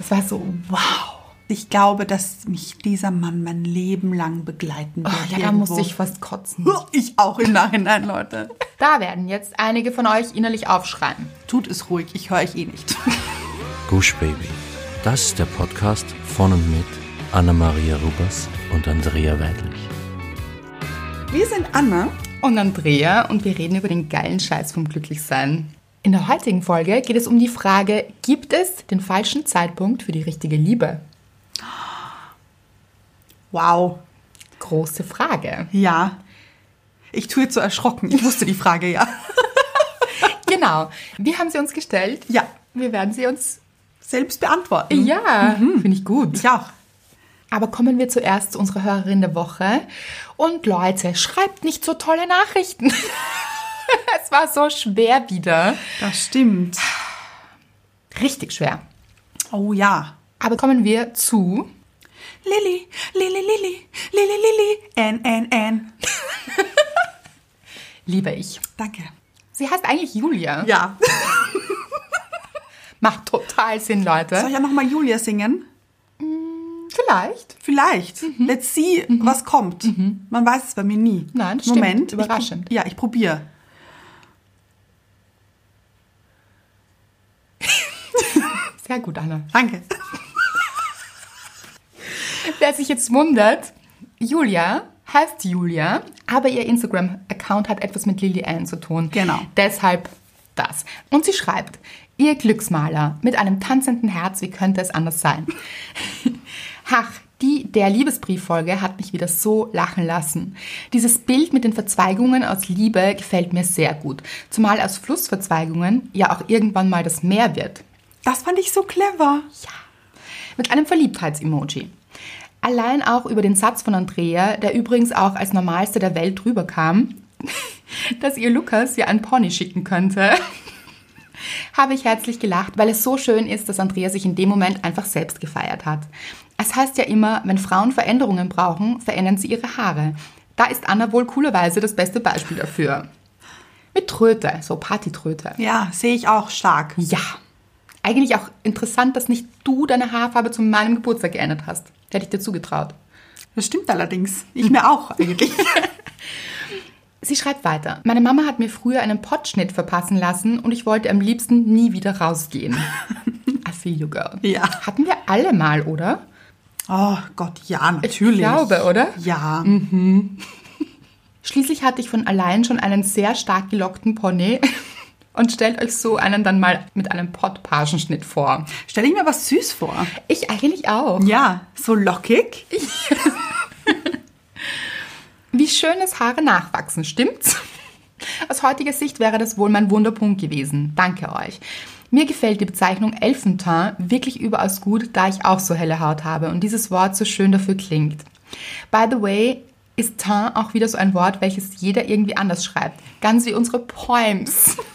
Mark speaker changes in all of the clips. Speaker 1: Es war so, wow. Ich glaube, dass mich dieser Mann mein Leben lang begleiten wird.
Speaker 2: Oh, ja, da
Speaker 1: irgendwo.
Speaker 2: musste ich fast kotzen.
Speaker 1: Ich auch im Nachhinein, Leute.
Speaker 2: Da werden jetzt einige von euch innerlich aufschreien.
Speaker 1: Tut es ruhig, ich höre euch eh nicht.
Speaker 3: Gush Baby. Das ist der Podcast von und mit Anna-Maria Rubers und Andrea Weidlich.
Speaker 1: Wir sind Anna.
Speaker 2: Und Andrea und wir reden über den geilen Scheiß vom Glücklichsein. In der heutigen Folge geht es um die Frage, gibt es den falschen Zeitpunkt für die richtige Liebe?
Speaker 1: Wow.
Speaker 2: Große Frage.
Speaker 1: Ja. Ich tue jetzt so erschrocken. Ich wusste die Frage, ja.
Speaker 2: Genau. Wir haben sie uns gestellt.
Speaker 1: Ja.
Speaker 2: Wir werden sie uns.
Speaker 1: Selbst beantworten.
Speaker 2: Ja, finde ich gut.
Speaker 1: Ich auch.
Speaker 2: Aber kommen wir zuerst zu unserer Hörerin der Woche. Und Leute, schreibt nicht so tolle Nachrichten. es war so schwer wieder.
Speaker 1: Das stimmt.
Speaker 2: Richtig schwer.
Speaker 1: Oh ja.
Speaker 2: Aber kommen wir zu.
Speaker 1: Lilly, Lilly, Lilly, Lilly, Lilly, N, N, N.
Speaker 2: Liebe ich.
Speaker 1: Danke.
Speaker 2: Sie heißt eigentlich Julia.
Speaker 1: Ja.
Speaker 2: Macht total Sinn,
Speaker 1: Soll
Speaker 2: Leute.
Speaker 1: ich auch nochmal Julia singen?
Speaker 2: Vielleicht.
Speaker 1: Vielleicht.
Speaker 2: Mhm.
Speaker 1: Let's see, was kommt. Man weiß es bei mir nie.
Speaker 2: Nein, stimmt.
Speaker 1: Moment. ich prob-
Speaker 2: Überraschend.
Speaker 1: ja, ich probiere.
Speaker 2: Sehr gut, Anna.
Speaker 1: Danke.
Speaker 2: Wer sich jetzt wundert, Julia heißt Julia, aber ihr Instagram-Account hat etwas mit Lily Ann zu tun.
Speaker 1: Genau.
Speaker 2: Deshalb das. Und sie schreibt, ihr Glücksmaler mit einem tanzenden Herz, wie könnte es anders sein? Ach, die der Liebesbrieffolge hat mich wieder so lachen lassen. Dieses Bild mit den Verzweigungen aus Liebe gefällt mir sehr gut, zumal aus Flussverzweigungen ja auch irgendwann mal das Meer wird.
Speaker 1: Das fand ich so clever.
Speaker 2: Mit einem Verliebtheits-Emoji. Allein auch über den Satz von Andrea, der übrigens auch als normalste der Welt rüberkam, dass ihr Lukas ihr einen Pony schicken könnte, habe ich herzlich gelacht, weil es so schön ist, dass Andrea sich in dem Moment einfach selbst gefeiert hat. Es heißt ja immer, wenn Frauen Veränderungen brauchen, verändern sie ihre Haare. Da ist Anna wohl coolerweise das beste Beispiel dafür. Mit Tröte, so Partytröte.
Speaker 1: Ja, sehe ich auch stark.
Speaker 2: Ja. Eigentlich auch interessant, dass nicht du deine Haarfarbe zu meinem Geburtstag geändert hast. Hätte ich dir zugetraut.
Speaker 1: Das stimmt allerdings. Ich mir auch eigentlich.
Speaker 2: Sie schreibt weiter. Meine Mama hat mir früher einen Pottschnitt verpassen lassen und ich wollte am liebsten nie wieder rausgehen. I feel you, girl.
Speaker 1: Ja.
Speaker 2: Hatten wir alle mal, oder?
Speaker 1: Oh Gott, ja, natürlich.
Speaker 2: Ich glaube, oder? Mhm.
Speaker 1: Ja.
Speaker 2: Schließlich hatte ich von allein schon einen sehr stark gelockten Pony. Und stellt euch so einen dann mal mit einem Pottpagenschnitt vor.
Speaker 1: Stell ich mir was süß vor.
Speaker 2: Ich eigentlich auch.
Speaker 1: Ja, so lockig.
Speaker 2: Wie schön es Haare nachwachsen, stimmt's? Aus heutiger Sicht wäre das wohl mein Wunderpunkt gewesen. Danke euch. Mir gefällt die Bezeichnung Elfenteint wirklich überaus gut, da ich auch so helle Haut habe und dieses Wort so schön dafür klingt. By the way, ist Teint auch wieder so ein Wort, welches jeder irgendwie anders schreibt. Ganz wie unsere Poems.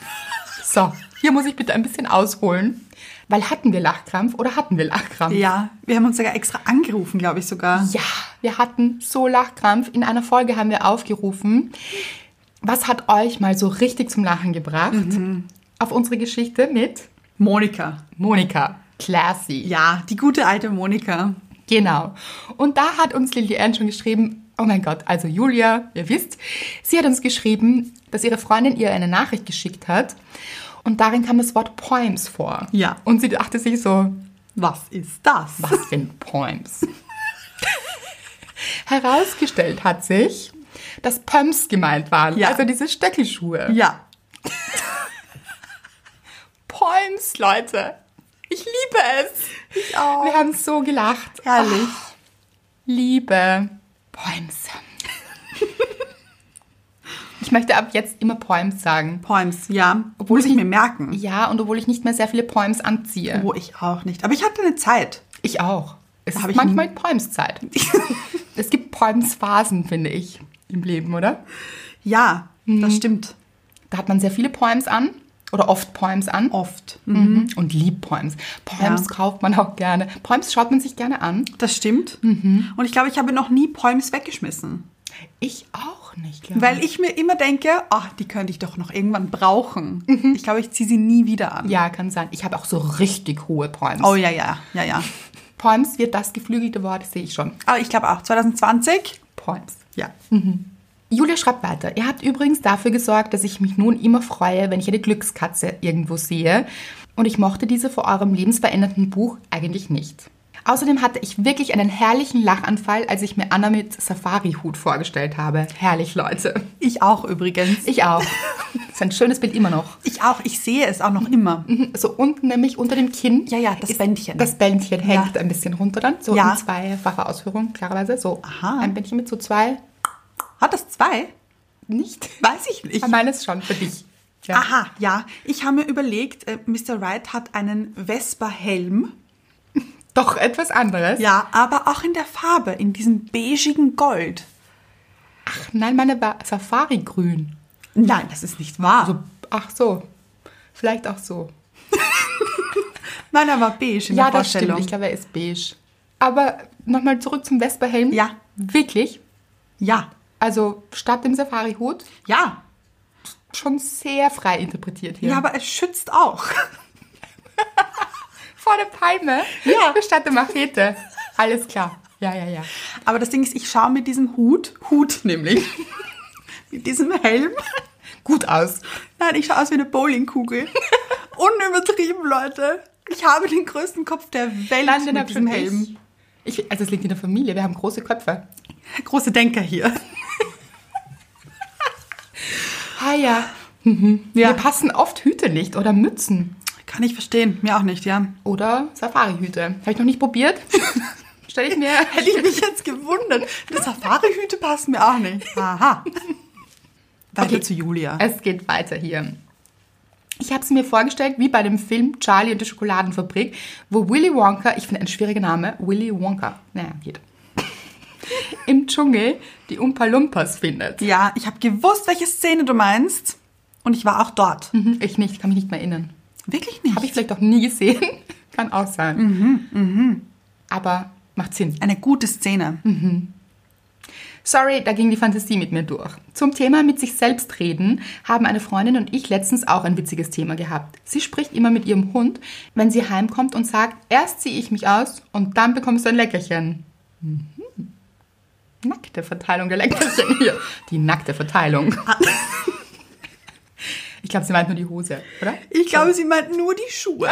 Speaker 2: So, hier muss ich bitte ein bisschen ausholen. Weil hatten wir Lachkrampf oder hatten wir Lachkrampf?
Speaker 1: Ja, wir haben uns sogar extra angerufen, glaube ich sogar.
Speaker 2: Ja, wir hatten so Lachkrampf. In einer Folge haben wir aufgerufen, was hat euch mal so richtig zum Lachen gebracht?
Speaker 1: Mhm.
Speaker 2: Auf unsere Geschichte mit
Speaker 1: Monika.
Speaker 2: Monika. Classy.
Speaker 1: Ja, die gute alte Monika.
Speaker 2: Genau. Und da hat uns Lily Ann schon geschrieben, oh mein Gott, also Julia, ihr wisst, sie hat uns geschrieben, dass ihre Freundin ihr eine Nachricht geschickt hat und darin kam das Wort Poems vor.
Speaker 1: Ja.
Speaker 2: Und sie dachte sich so,
Speaker 1: Was ist das?
Speaker 2: was sind Poems? Herausgestellt hat sich, dass Pumps gemeint waren,
Speaker 1: Ja.
Speaker 2: also diese Stöckelschuhe.
Speaker 1: Ja.
Speaker 2: Poems, Leute. Ich liebe es.
Speaker 1: Ich auch.
Speaker 2: Wir haben so gelacht.
Speaker 1: Oh, Herrlich.
Speaker 2: Liebe Poems. ich möchte ab jetzt immer Poems sagen.
Speaker 1: Poems, ja. Obwohl ich mir merken.
Speaker 2: Ja, und obwohl ich nicht mehr sehr viele Poems anziehe.
Speaker 1: Wo ich auch nicht. Aber ich hatte eine Zeit.
Speaker 2: Ich auch. Es
Speaker 1: Hab
Speaker 2: ist
Speaker 1: ich
Speaker 2: manchmal Poems-Zeit. es gibt Poems-Phasen, finde ich, im Leben, oder?
Speaker 1: Ja,
Speaker 2: Mhm.
Speaker 1: das stimmt.
Speaker 2: Da hat man sehr viele Poems an oder oft Poems an.
Speaker 1: Oft.
Speaker 2: Mhm. Und liebt Poems. Poems
Speaker 1: Oh. Ja.
Speaker 2: kauft man auch gerne. Poems schaut man sich gerne an.
Speaker 1: Mhm. Das stimmt. Und ich glaube, ich habe noch nie Poems weggeschmissen.
Speaker 2: Ich auch nicht, glaube
Speaker 1: Weil ich mir immer denke, ach, die könnte ich doch noch irgendwann brauchen. Ich glaube, ich ziehe sie nie wieder an.
Speaker 2: Ja, kann sein. Ich habe auch so richtig hohe Poems.
Speaker 1: Oh ja, ja, ja, ja.
Speaker 2: Poems wird das geflügelte Wort, sehe ich schon.
Speaker 1: Aber ich glaube auch, 2020?
Speaker 2: Poems.
Speaker 1: Ja.
Speaker 2: Julia schreibt weiter. Ihr habt übrigens dafür gesorgt, dass ich mich nun immer freue, wenn ich eine Glückskatze irgendwo sehe. Und ich mochte diese vor eurem lebensverändernden Buch eigentlich nicht. Außerdem hatte ich wirklich einen herrlichen Lachanfall, als ich mir Anna mit Safari-Hut vorgestellt habe. Herrlich, Leute.
Speaker 1: Ich auch übrigens.
Speaker 2: Ich auch. ist ein schönes Bild immer noch.
Speaker 1: Ich auch, ich sehe es auch noch immer.
Speaker 2: So unten nämlich unter dem Kinn.
Speaker 1: Ja, ja, Mhm. das
Speaker 2: ist-
Speaker 1: Bändchen.
Speaker 2: Das Bändchen hängt
Speaker 1: Ja.
Speaker 2: ein bisschen runter dann. So
Speaker 1: Ja.
Speaker 2: in zweifacher Ausführung, klarerweise. So
Speaker 1: Aha.
Speaker 2: ein Bändchen mit so zwei.
Speaker 1: Hat das zwei?
Speaker 2: Nicht.
Speaker 1: Weiß ich nicht.
Speaker 2: Meines schon für dich. Ja.
Speaker 1: Aha, ja. Ich habe mir überlegt, äh, Mr. Wright hat einen Vespa-Helm.
Speaker 2: Doch etwas anderes.
Speaker 1: Ja, aber auch in der Farbe, in diesem beigigen Gold.
Speaker 2: Ach, nein, meine war Safari-Grün.
Speaker 1: Nein, das ist nicht wahr.
Speaker 2: So, Also, ach so. Vielleicht auch so.
Speaker 1: Nein, aber beige in
Speaker 2: Ja,
Speaker 1: der
Speaker 2: das
Speaker 1: Vorstellung.
Speaker 2: stimmt. Ich glaube, er ist beige. Aber nochmal zurück zum Vesperhelm.
Speaker 1: Ja.
Speaker 2: Wirklich?
Speaker 1: ja,
Speaker 2: Also statt dem Safari-Hut
Speaker 1: ja,
Speaker 2: schon sehr frei interpretiert hier.
Speaker 1: ja. aber es schützt auch.
Speaker 2: Vor der Palme?
Speaker 1: Ja.
Speaker 2: Statt der Machete. Alles klar. Ja, ja, ja.
Speaker 1: Aber das Ding ist, ich schaue mit diesem Hut, Hut nämlich, mit diesem Helm,
Speaker 2: Gut aus.
Speaker 1: nein, ich schaue aus wie eine Bowlingkugel. Unübertrieben, Leute. Ich habe den größten Kopf der Welt mit diesem Helm.
Speaker 2: Ich, also es liegt in der Familie, wir haben große Köpfe.
Speaker 1: Große Denker hier.
Speaker 2: Ah ja.
Speaker 1: Ja.
Speaker 2: Mhm. Wir passen oft Hüte nicht oder Mützen
Speaker 1: Kann ich verstehen. Mir auch nicht, ja.
Speaker 2: oder Safari-Hüte. Habe ich noch nicht probiert. Stelle ich mir...
Speaker 1: Hätte ich mich jetzt gewundert. Eine Safari-Hüte passen mir auch nicht. Aha. Weiter
Speaker 2: Okay.
Speaker 1: zu Julia.
Speaker 2: Es geht weiter hier. Ich habe es mir vorgestellt, wie bei dem Film Charlie und die Schokoladenfabrik, wo Willy Wonka, ich finde ein schwieriger Name, Willy Wonka, naja, geht, im Dschungel die Umpa Lumpas findet.
Speaker 1: Ja, ich habe gewusst, welche Szene du meinst. Und ich war auch dort.
Speaker 2: Mhm, Ich nicht, kann mich nicht mehr erinnern.
Speaker 1: Wirklich nicht.
Speaker 2: Habe ich vielleicht auch nie gesehen. kann auch sein.
Speaker 1: Mhm,
Speaker 2: Aber macht Sinn.
Speaker 1: Eine gute Szene.
Speaker 2: Hm. Sorry, da ging die Fantasie mit mir durch. Zum Thema mit sich selbst reden haben eine Freundin und ich letztens auch ein witziges Thema gehabt. Sie spricht immer mit ihrem Hund, wenn sie heimkommt und sagt, erst ziehe ich mich aus und dann bekommst du ein Leckerchen. Mhm. Nackte Verteilung der Leckerchen hier. Die nackte Verteilung. Ich glaube, sie meint nur die Hose, oder?
Speaker 1: Ich glaube, sie meint nur die Schuhe.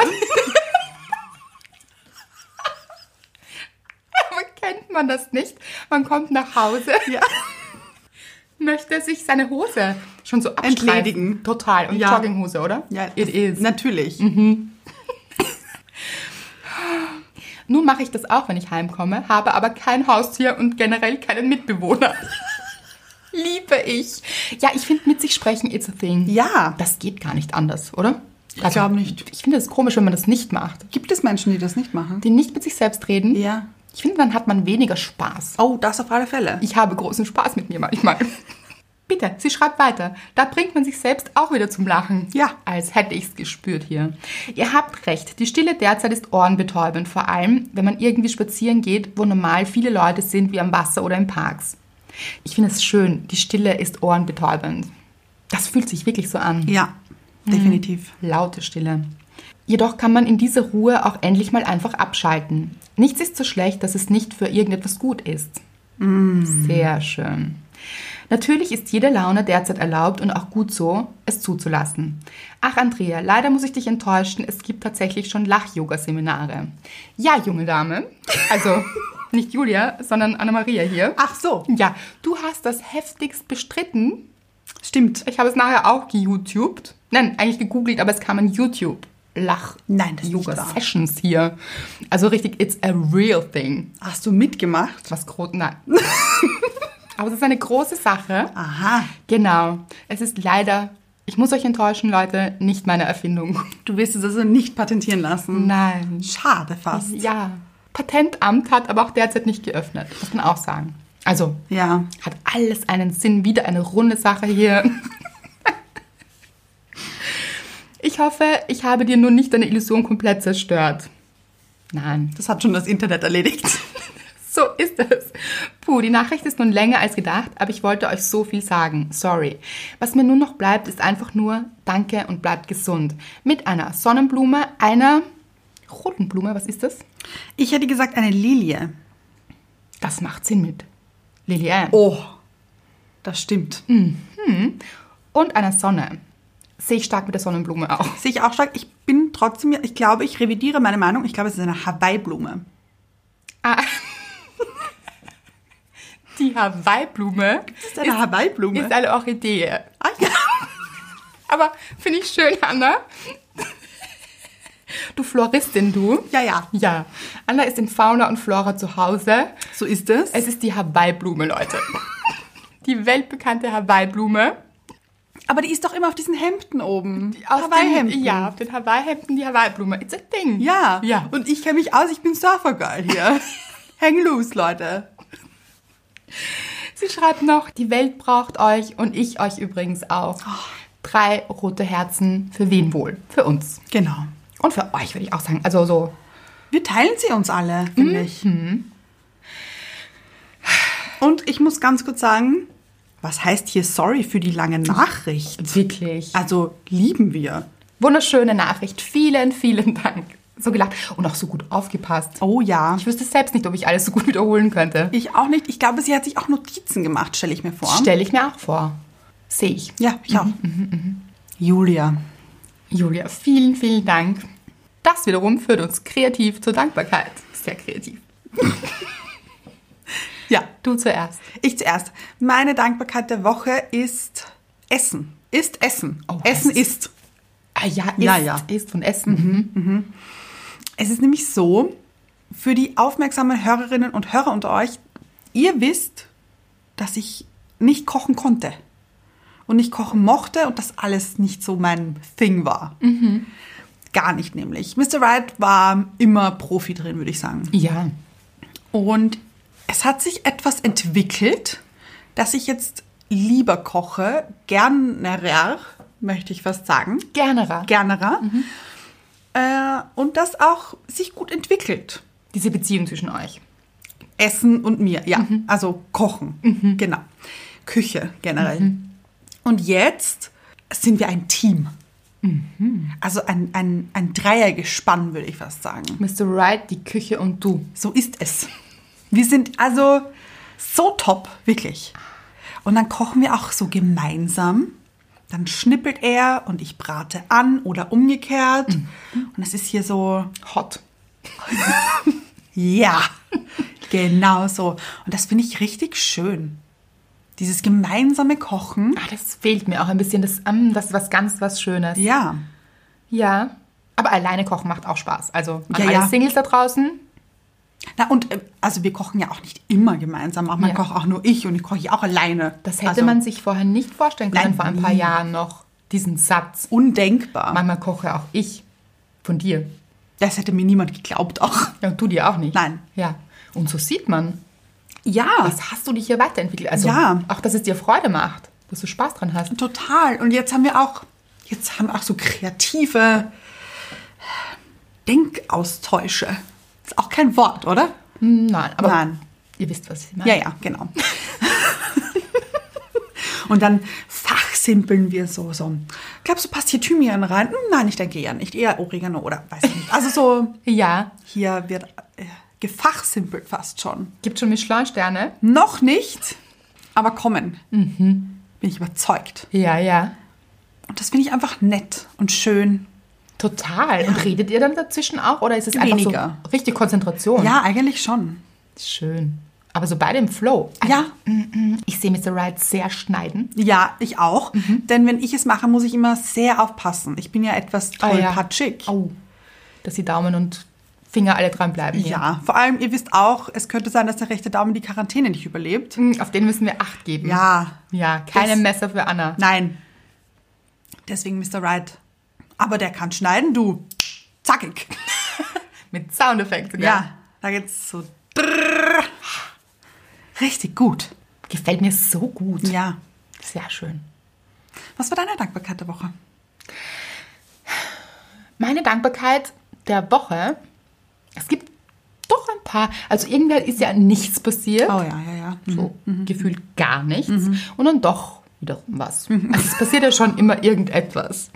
Speaker 2: Aber kennt man das nicht? Man kommt nach Hause.
Speaker 1: Ja.
Speaker 2: Möchte sich seine Hose schon so abstreifen.
Speaker 1: Entledigen.
Speaker 2: Total. Und
Speaker 1: Ja.
Speaker 2: Jogginghose, oder? it
Speaker 1: das-
Speaker 2: is. Mhm.
Speaker 1: Natürlich.
Speaker 2: Nun mache ich das auch, wenn ich heimkomme, habe aber kein Haustier und generell keinen Mitbewohner. Liebe ich. Ja, ich finde, mit sich sprechen, it's a thing.
Speaker 1: Ja.
Speaker 2: Das geht gar nicht anders, oder? Ich
Speaker 1: glaub nicht.
Speaker 2: Ich finde es komisch, wenn man das nicht macht.
Speaker 1: Gibt es Menschen, die das nicht machen?
Speaker 2: Die nicht mit sich selbst reden.
Speaker 1: Ja.
Speaker 2: Ich finde, dann hat man weniger Spaß.
Speaker 1: Oh, das auf alle Fälle.
Speaker 2: Ich habe großen Spaß mit mir manchmal. Bitte, sie schreibt weiter. Da bringt man sich selbst auch wieder zum Lachen.
Speaker 1: Ja.
Speaker 2: Als hätte ich's gespürt hier. Ihr habt recht, die Stille derzeit ist ohrenbetäubend, vor allem, wenn man irgendwie spazieren geht, wo normal viele Leute sind, wie am Wasser oder in Parks. Ich finde es schön, die Stille ist ohrenbetäubend. Das fühlt sich wirklich so an.
Speaker 1: Ja,
Speaker 2: Mhm.
Speaker 1: definitiv.
Speaker 2: Laute Stille. Jedoch kann man in dieser Ruhe auch endlich mal einfach abschalten. Nichts ist so schlecht, dass es nicht für irgendetwas gut ist. Sehr schön. Natürlich ist jede Laune derzeit erlaubt und auch gut so, es zuzulassen. Ach, Andrea, leider muss ich dich enttäuschen, es gibt tatsächlich schon Lach-Yoga-Seminare. Ja, junge Dame, also nicht Julia, sondern Anna-Maria hier.
Speaker 1: Ach so,
Speaker 2: Ja, du hast das heftigst bestritten,
Speaker 1: stimmt.
Speaker 2: ich habe es nachher auch geYouTubed. Nein, eigentlich gegoogelt, aber es kam ein YouTube. Lach.
Speaker 1: Nein, das ist
Speaker 2: Yoga
Speaker 1: nicht wahr.
Speaker 2: Sessions hier. Also richtig, it's a real thing.
Speaker 1: Hast du mitgemacht?
Speaker 2: Was groß. Nein. aber es ist eine große Sache.
Speaker 1: Aha.
Speaker 2: Genau. Es ist leider, ich muss euch enttäuschen, Leute, nicht meine Erfindung.
Speaker 1: Du wirst es also nicht patentieren lassen.
Speaker 2: Nein.
Speaker 1: Schade fast.
Speaker 2: Ja. Patentamt hat aber auch derzeit nicht geöffnet. Muss man auch sagen. Also,
Speaker 1: Ja.
Speaker 2: hat alles einen Sinn, wieder eine runde Sache hier. Ich hoffe, ich habe dir nun nicht deine Illusion komplett zerstört. Nein,
Speaker 1: Das hat schon das Internet erledigt.
Speaker 2: So ist es. Puh, die Nachricht ist nun länger als gedacht, aber ich wollte euch so viel sagen. Sorry. Was mir nun noch bleibt, ist einfach nur Danke und bleibt gesund. Mit einer Sonnenblume, einer roten Blume, was ist das?
Speaker 1: Ich hätte gesagt, eine Lilie.
Speaker 2: Das macht Sinn mit. Lilian.
Speaker 1: Oh, das stimmt.
Speaker 2: Und einer Sonne. Sehe ich stark mit der Sonnenblume auch.
Speaker 1: Sehe ich auch stark. Ich bin trotzdem, ich glaube, ich revidiere meine Meinung. Ich glaube, es ist eine Hawaii-Blume.
Speaker 2: Die Hawaii-Blume
Speaker 1: ist eine Hawaii-Blume?
Speaker 2: ist eine Orchidee.
Speaker 1: Ah, ja.
Speaker 2: Aber finde ich schön, Anna. Du Floristin, du.
Speaker 1: Ja, ja.
Speaker 2: Ja. Anna ist in Fauna und Flora zu Hause.
Speaker 1: So ist es.
Speaker 2: Es ist die Hawaii-Blume, Leute. Die weltbekannte Hawaii-Blume.
Speaker 1: Aber die ist doch immer auf diesen Hemden oben.
Speaker 2: Auf
Speaker 1: Hawaii-Hemden.
Speaker 2: Den, ja, auf den Hawaii-Hemden die Hawaii-Blume. It's a thing.
Speaker 1: ja.
Speaker 2: Ja.
Speaker 1: Und ich kenne mich aus, ich bin Surfer-Girl hier. Hang loose, Leute.
Speaker 2: Sie schreibt noch, die Welt braucht euch und ich euch übrigens auch.
Speaker 1: Oh.
Speaker 2: Drei rote Herzen. Für wen wohl? Für uns.
Speaker 1: Genau.
Speaker 2: Und für euch, würde ich auch sagen. Also so.
Speaker 1: Wir teilen sie uns alle, finde ich. Und ich muss ganz kurz sagen, was heißt hier sorry für die lange Nachricht?
Speaker 2: Wirklich.
Speaker 1: Also lieben wir.
Speaker 2: Wunderschöne Nachricht. Vielen, vielen Dank. So gelacht. Und auch so gut aufgepasst.
Speaker 1: Oh ja.
Speaker 2: Ich wüsste selbst nicht, ob ich alles so gut wiederholen könnte.
Speaker 1: Ich auch nicht. Ich glaube, sie hat sich auch Notizen gemacht, stelle ich mir vor.
Speaker 2: Stelle ich mir auch vor. Sehe ich.
Speaker 1: ja, ich auch.
Speaker 2: mhm,
Speaker 1: Julia.
Speaker 2: Julia, vielen, vielen Dank. Das wiederum führt uns kreativ zur Dankbarkeit. Sehr kreativ.
Speaker 1: Ja,
Speaker 2: Du zuerst.
Speaker 1: ich zuerst. Meine Dankbarkeit der Woche ist Essen. Ist Essen.
Speaker 2: Oh,
Speaker 1: Essen
Speaker 2: das ist-
Speaker 1: ist.
Speaker 2: Ah ja, Mhm. ist,
Speaker 1: Ja, ja.
Speaker 2: ist von Essen.
Speaker 1: Es ist nämlich so, für die aufmerksamen Hörerinnen und Hörer unter euch, ihr wisst, dass ich nicht kochen konnte und nicht kochen mochte und das alles nicht so mein Thing war.
Speaker 2: Mhm.
Speaker 1: Gar nicht nämlich. Mr. Wright war immer Profi drin, würde ich sagen.
Speaker 2: Ja.
Speaker 1: Und es hat sich etwas entwickelt, dass ich jetzt lieber koche, gernerer, möchte ich fast sagen
Speaker 2: Gernerer.
Speaker 1: gernerer. Äh, und das auch sich gut entwickelt.
Speaker 2: Diese Beziehung zwischen euch.
Speaker 1: Essen und mir, ja. Also kochen, genau. Küche generell. Und jetzt sind wir ein Team. Also ein, ein, ein Dreiergespann, würde ich fast sagen.
Speaker 2: Mr. Wright, die Küche und du.
Speaker 1: So ist es. Wir sind also so top, wirklich. Und dann kochen wir auch so gemeinsam. Dann schnippelt er und ich brate an oder umgekehrt. Und es ist hier so
Speaker 2: Mhm. Hot.
Speaker 1: Ja, genau so. Und das finde ich richtig schön. Dieses gemeinsame Kochen.
Speaker 2: Ah, das fehlt mir auch ein bisschen. Das, ähm, das ist was ganz was Schönes.
Speaker 1: Ja,
Speaker 2: Ja. Aber alleine kochen macht auch Spaß. Also an
Speaker 1: Ja,
Speaker 2: alle
Speaker 1: ja.
Speaker 2: Singles da draußen.
Speaker 1: na und äh, also wir kochen ja auch nicht immer gemeinsam. Manchmal
Speaker 2: Ja.
Speaker 1: koche auch nur ich und ich koche auch alleine.
Speaker 2: Das hätte
Speaker 1: also,
Speaker 2: man sich vorher nicht vorstellen können,
Speaker 1: Nein, Mhm.
Speaker 2: vor ein paar
Speaker 1: nie.
Speaker 2: Jahren noch. Diesen Satz.
Speaker 1: undenkbar.
Speaker 2: Manchmal koche auch ich. Von dir.
Speaker 1: das hätte mir niemand geglaubt auch.
Speaker 2: Ja, und du dir auch nicht.
Speaker 1: Nein.
Speaker 2: Ja. Und so sieht man,
Speaker 1: Ja,
Speaker 2: was hast du dich hier weiterentwickelt. Also
Speaker 1: Ja.
Speaker 2: auch, dass es dir Freude macht, dass du Spaß dran hast.
Speaker 1: total. Und jetzt haben wir auch jetzt haben wir auch so kreative Denkaustausche. Ist auch kein Wort, oder?
Speaker 2: Hm, Nein, aber
Speaker 1: Nein.
Speaker 2: ihr wisst, was ich meine.
Speaker 1: Ja, ja, genau. Und dann fachsimpeln wir so, so. Glaubst du, passt hier Thymian rein? Hm, Nein, ich denke eher nicht. Eher Oregano oder weiß ich nicht. Also so,
Speaker 2: Ja,
Speaker 1: hier wird äh, gefachsimpelt fast schon.
Speaker 2: gibt schon Michelin-Sterne.
Speaker 1: Noch nicht, aber kommen. Bin ich überzeugt.
Speaker 2: Ja, ja.
Speaker 1: Und das finde ich einfach nett und schön.
Speaker 2: Total. Und redet ihr dann dazwischen auch oder ist es einfach
Speaker 1: Weniger.
Speaker 2: so richtig Konzentration?
Speaker 1: Ja, eigentlich schon.
Speaker 2: Schön. Aber so beide im Flow. Mm,
Speaker 1: Ja,
Speaker 2: Ich sehe Mr. Wright sehr schneiden.
Speaker 1: ja, ich auch. Denn wenn ich es mache, muss ich immer sehr aufpassen. Ich bin Ah, ja etwas tollpatschig.
Speaker 2: Oh, Ah, dass die Daumen und Finger alle dran bleiben. hier.
Speaker 1: Ja, vor allem, ihr wisst auch, es könnte sein, dass der rechte Daumen die Quarantäne nicht überlebt.
Speaker 2: Mm, Auf den müssen wir Acht geben.
Speaker 1: Ja,
Speaker 2: Ja, keine
Speaker 1: Das-
Speaker 2: Messer für Anna.
Speaker 1: nein. Deswegen Mr. Right. Aber der kann schneiden, du. Zackig.
Speaker 2: Mit Soundeffekt sogar.
Speaker 1: Ja, da geht's so. drrrr. Richtig gut.
Speaker 2: Gefällt mir so gut.
Speaker 1: Ja.
Speaker 2: Sehr schön.
Speaker 1: Was war deine Dankbarkeit der Woche?
Speaker 2: Meine Dankbarkeit der Woche. Es gibt Doch ein paar. Also irgendwer ist ja nichts passiert.
Speaker 1: Oh ja, ja, ja. Mhm.
Speaker 2: So gefühlt gar nichts. Und dann doch wiederum was.
Speaker 1: Mhm.
Speaker 2: Also es passiert ja schon immer irgendetwas.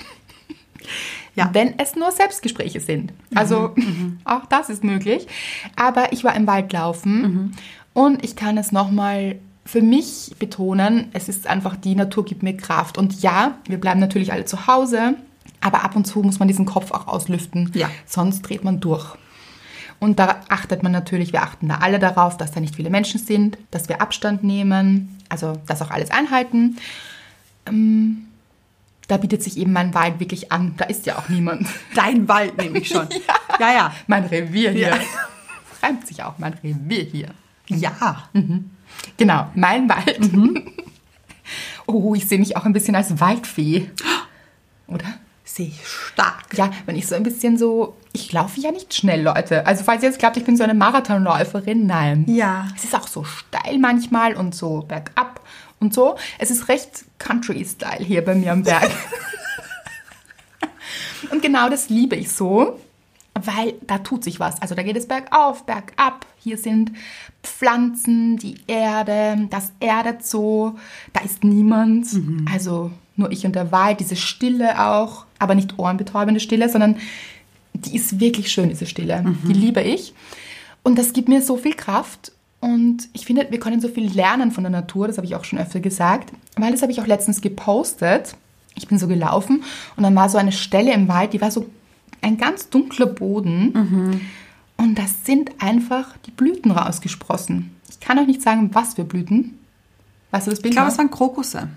Speaker 1: Ja.
Speaker 2: Wenn es nur Selbstgespräche sind. Also auch das ist möglich. Aber ich war im Wald laufen und ich kann es nochmal für mich betonen, es ist einfach die Natur gibt mir Kraft. Und ja, wir bleiben natürlich alle zu Hause, aber ab und zu muss man diesen Kopf auch auslüften.
Speaker 1: Ja.
Speaker 2: Sonst dreht man durch. Und da achtet man natürlich, wir achten da alle darauf, dass da nicht viele Menschen sind, dass wir Abstand nehmen, also das auch alles einhalten. Ähm, da bietet sich eben mein Wald wirklich an. Da ist ja auch niemand.
Speaker 1: Dein Wald nehme ich schon. ja, ja.
Speaker 2: Mein Revier hier.
Speaker 1: Ja.
Speaker 2: Reimt sich auch, mein Revier hier.
Speaker 1: Ja.
Speaker 2: Genau, mein Wald.
Speaker 1: Mhm.
Speaker 2: Oh, ich sehe mich auch ein bisschen als Waldfee. Oder?
Speaker 1: Sehe ich stark.
Speaker 2: Ja, wenn ich so ein bisschen so. Ich laufe ja nicht schnell, Leute. Also, falls ihr jetzt glaubt, ich bin so eine Marathonläuferin, nein.
Speaker 1: Ja.
Speaker 2: Es ist auch so steil manchmal und so bergab und so. Es ist recht Country-Style hier bei mir am Berg. und genau das liebe ich so, weil da tut sich was. Also da geht es bergauf, bergab. Hier sind Pflanzen, die Erde, das erdet so. Da ist niemand. Also nur ich und der Wald, diese Stille auch. Aber nicht ohrenbetäubende Stille, sondern die ist wirklich schön, diese Stille.
Speaker 1: Mhm.
Speaker 2: Die liebe ich. Und das gibt mir so viel Kraft. Und ich finde, wir können so viel lernen von der Natur, das habe ich auch schon öfter gesagt, weil das habe ich auch letztens gepostet. Ich bin so gelaufen und dann war so eine Stelle im Wald, die war so ein ganz dunkler Boden.
Speaker 1: Mhm.
Speaker 2: Und das sind einfach die Blüten rausgesprossen. Ich kann euch nicht sagen, was für Blüten. Weißt du das Bild?
Speaker 1: Ich glaube, es
Speaker 2: noch?
Speaker 1: waren Krokusse.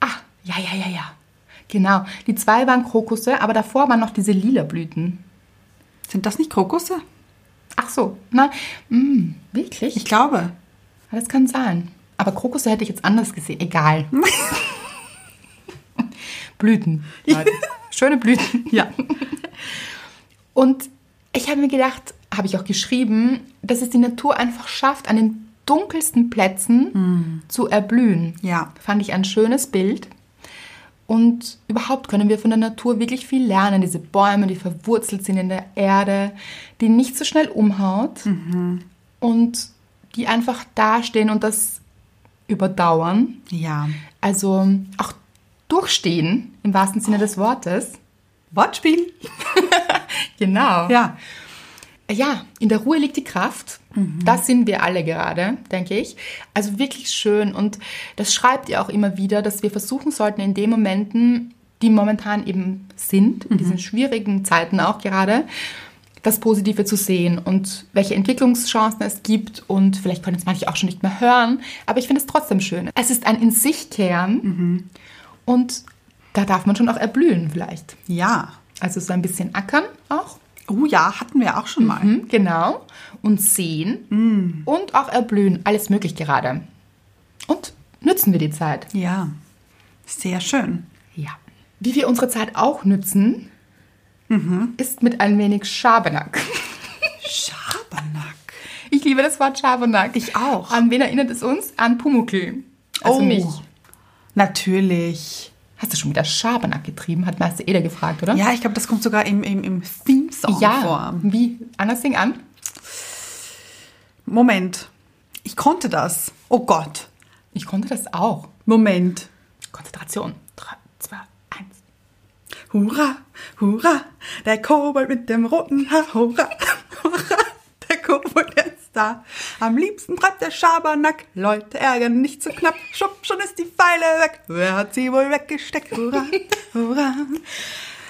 Speaker 2: ah, ja, ja, ja, ja. Genau. Die zwei waren Krokusse, aber davor waren noch diese lila Blüten.
Speaker 1: Sind das nicht Krokusse?
Speaker 2: Ach so, nein, mm, wirklich?
Speaker 1: Ich glaube.
Speaker 2: Ja, Das kann sein. Aber Krokusse hätte ich jetzt anders gesehen. Egal. Blüten. Leute. Schöne Blüten.
Speaker 1: Ja.
Speaker 2: Und ich habe mir gedacht, habe ich auch geschrieben, dass es die Natur einfach schafft, an den dunkelsten Plätzen zu erblühen.
Speaker 1: Ja.
Speaker 2: Fand ich ein schönes Bild. Und überhaupt können wir von der Natur wirklich viel lernen. Diese Bäume, die verwurzelt sind in der Erde, die nicht so schnell umhaut und die einfach dastehen und das überdauern.
Speaker 1: Ja.
Speaker 2: Also auch durchstehen im wahrsten Sinne des Wortes.
Speaker 1: Wortspiel.
Speaker 2: Genau.
Speaker 1: Ja.
Speaker 2: Ja, in der Ruhe liegt die Kraft. Das sind wir alle gerade, denke ich. Also wirklich schön. Und das schreibt ihr auch immer wieder, dass wir versuchen sollten, in den Momenten, die momentan eben sind, in diesen schwierigen Zeiten auch gerade, das Positive zu sehen und welche Entwicklungschancen es gibt. Und vielleicht können es manche auch schon nicht mehr hören, aber ich finde es trotzdem schön. Es ist ein In sich kehren und da darf man schon auch erblühen vielleicht.
Speaker 1: Ja.
Speaker 2: Also so ein bisschen ackern auch.
Speaker 1: Oh ja, hatten wir auch schon mal.
Speaker 2: Mhm, genau. Und sehen
Speaker 1: Mm.
Speaker 2: und auch erblühen. Alles möglich gerade. Und nützen wir die Zeit.
Speaker 1: Ja. Sehr schön.
Speaker 2: Ja. Wie wir unsere Zeit auch nützen,
Speaker 1: Mhm.
Speaker 2: ist mit ein wenig Schabernack.
Speaker 1: Schabernack.
Speaker 2: Ich liebe das Wort Schabernack.
Speaker 1: Ich auch.
Speaker 2: An wen erinnert es uns? An Pumuckl. Also
Speaker 1: Oh.
Speaker 2: mich.
Speaker 1: Natürlich.
Speaker 2: Hast du schon wieder Schabernack getrieben? Hat Meister Eder gefragt, oder?
Speaker 1: Ja, ich glaube, das kommt sogar im, im, im Theme-Song
Speaker 2: Ja.
Speaker 1: vor.
Speaker 2: Wie? Anders Ding an?
Speaker 1: Moment. Ich konnte das. Oh Gott.
Speaker 2: Ich konnte das auch.
Speaker 1: Moment.
Speaker 2: Konzentration. Drei, zwei, eins.
Speaker 1: Hurra, hurra, der Kobold mit dem roten Haar. Hurra, hurra, der Kobold ist da. Am liebsten treibt der Schabernack. Leute ärgern nicht zu so knapp. Schupp, schon ist die Pfeile weg. Wer hat sie wohl weggesteckt? Hurra, hurra.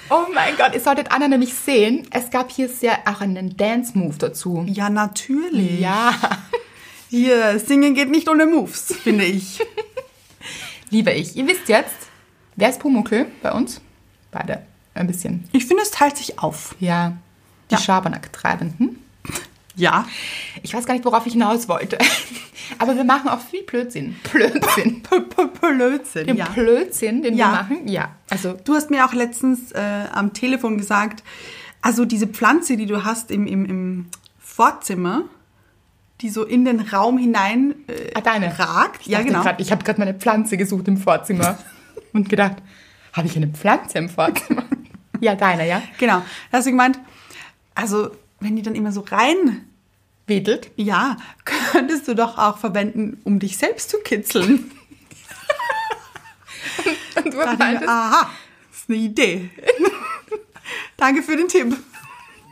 Speaker 2: Oh mein Gott, ihr solltet Anna nämlich sehen. Es gab hier sehr auch einen Dance-Move dazu.
Speaker 1: Ja, natürlich.
Speaker 2: Ja,
Speaker 1: Hier, Singen geht nicht ohne Moves, finde ich.
Speaker 2: liebe ich. Ihr wisst jetzt, wer ist Pumuckl bei uns? Beide. Ein bisschen.
Speaker 1: Ich finde, es teilt sich auf.
Speaker 2: Ja, die
Speaker 1: Ja.
Speaker 2: Schabernack-Treibenden.
Speaker 1: Ja.
Speaker 2: Ich weiß gar nicht, worauf ich hinaus wollte. Aber wir machen auch viel Blödsinn. Blödsinn.
Speaker 1: P -p Blödsinn,
Speaker 2: Den
Speaker 1: ja.
Speaker 2: Blödsinn, den
Speaker 1: Ja.
Speaker 2: wir machen. Ja, also
Speaker 1: Du hast mir auch letztens äh, am Telefon gesagt, also diese Pflanze, die du hast im, im, im Vorzimmer, die so in den Raum hinein äh,
Speaker 2: Ah, deine.
Speaker 1: ragt.
Speaker 2: Ich
Speaker 1: Ja,
Speaker 2: dachte
Speaker 1: genau.
Speaker 2: grad, ich habe gerade meine Pflanze gesucht im Vorzimmer und gedacht, habe ich eine Pflanze im Vorzimmer? ja, deine, ja.
Speaker 1: Genau. Da hast du gemeint, also wenn die dann immer so rein
Speaker 2: wedelt.
Speaker 1: Ja, könntest du doch auch verwenden, um dich selbst zu kitzeln.
Speaker 2: Und du
Speaker 1: Da dachte ich mir,
Speaker 2: meintest,
Speaker 1: aha, das ist eine Idee. Danke für den Tipp.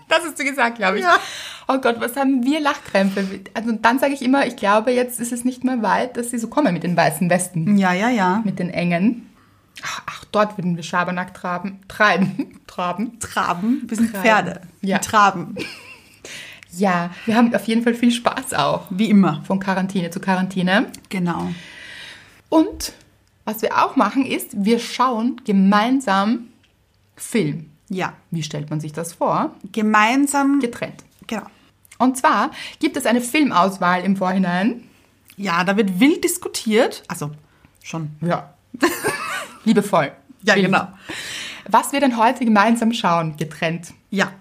Speaker 2: das hast du gesagt, glaube ich.
Speaker 1: Ja.
Speaker 2: Oh Gott, was haben wir Lachkrämpfe? Also, und dann sage ich immer, ich glaube, jetzt ist es nicht mehr weit, dass sie so kommen mit den weißen Westen.
Speaker 1: Ja, ja, ja.
Speaker 2: mit den Engen. Ach, ach dort würden wir Schabernack traben, treiben. Traben.
Speaker 1: Traben, wir sind
Speaker 2: Treiben.
Speaker 1: Pferde.
Speaker 2: Ja.
Speaker 1: Wir traben,
Speaker 2: Ja, wir haben auf jeden Fall viel Spaß auch.
Speaker 1: wie immer.
Speaker 2: Von Quarantäne zu Quarantäne.
Speaker 1: Genau.
Speaker 2: Und was wir auch machen ist, wir schauen gemeinsam Film.
Speaker 1: Ja,
Speaker 2: Wie stellt man sich das vor?
Speaker 1: gemeinsam.
Speaker 2: Getrennt.
Speaker 1: genau.
Speaker 2: Und zwar gibt es eine Filmauswahl im Vorhinein.
Speaker 1: Ja, da wird wild diskutiert. Also schon.
Speaker 2: Ja. Liebevoll.
Speaker 1: Ja,
Speaker 2: Lieb-
Speaker 1: genau.
Speaker 2: Was wir denn heute gemeinsam schauen, getrennt.
Speaker 1: Ja.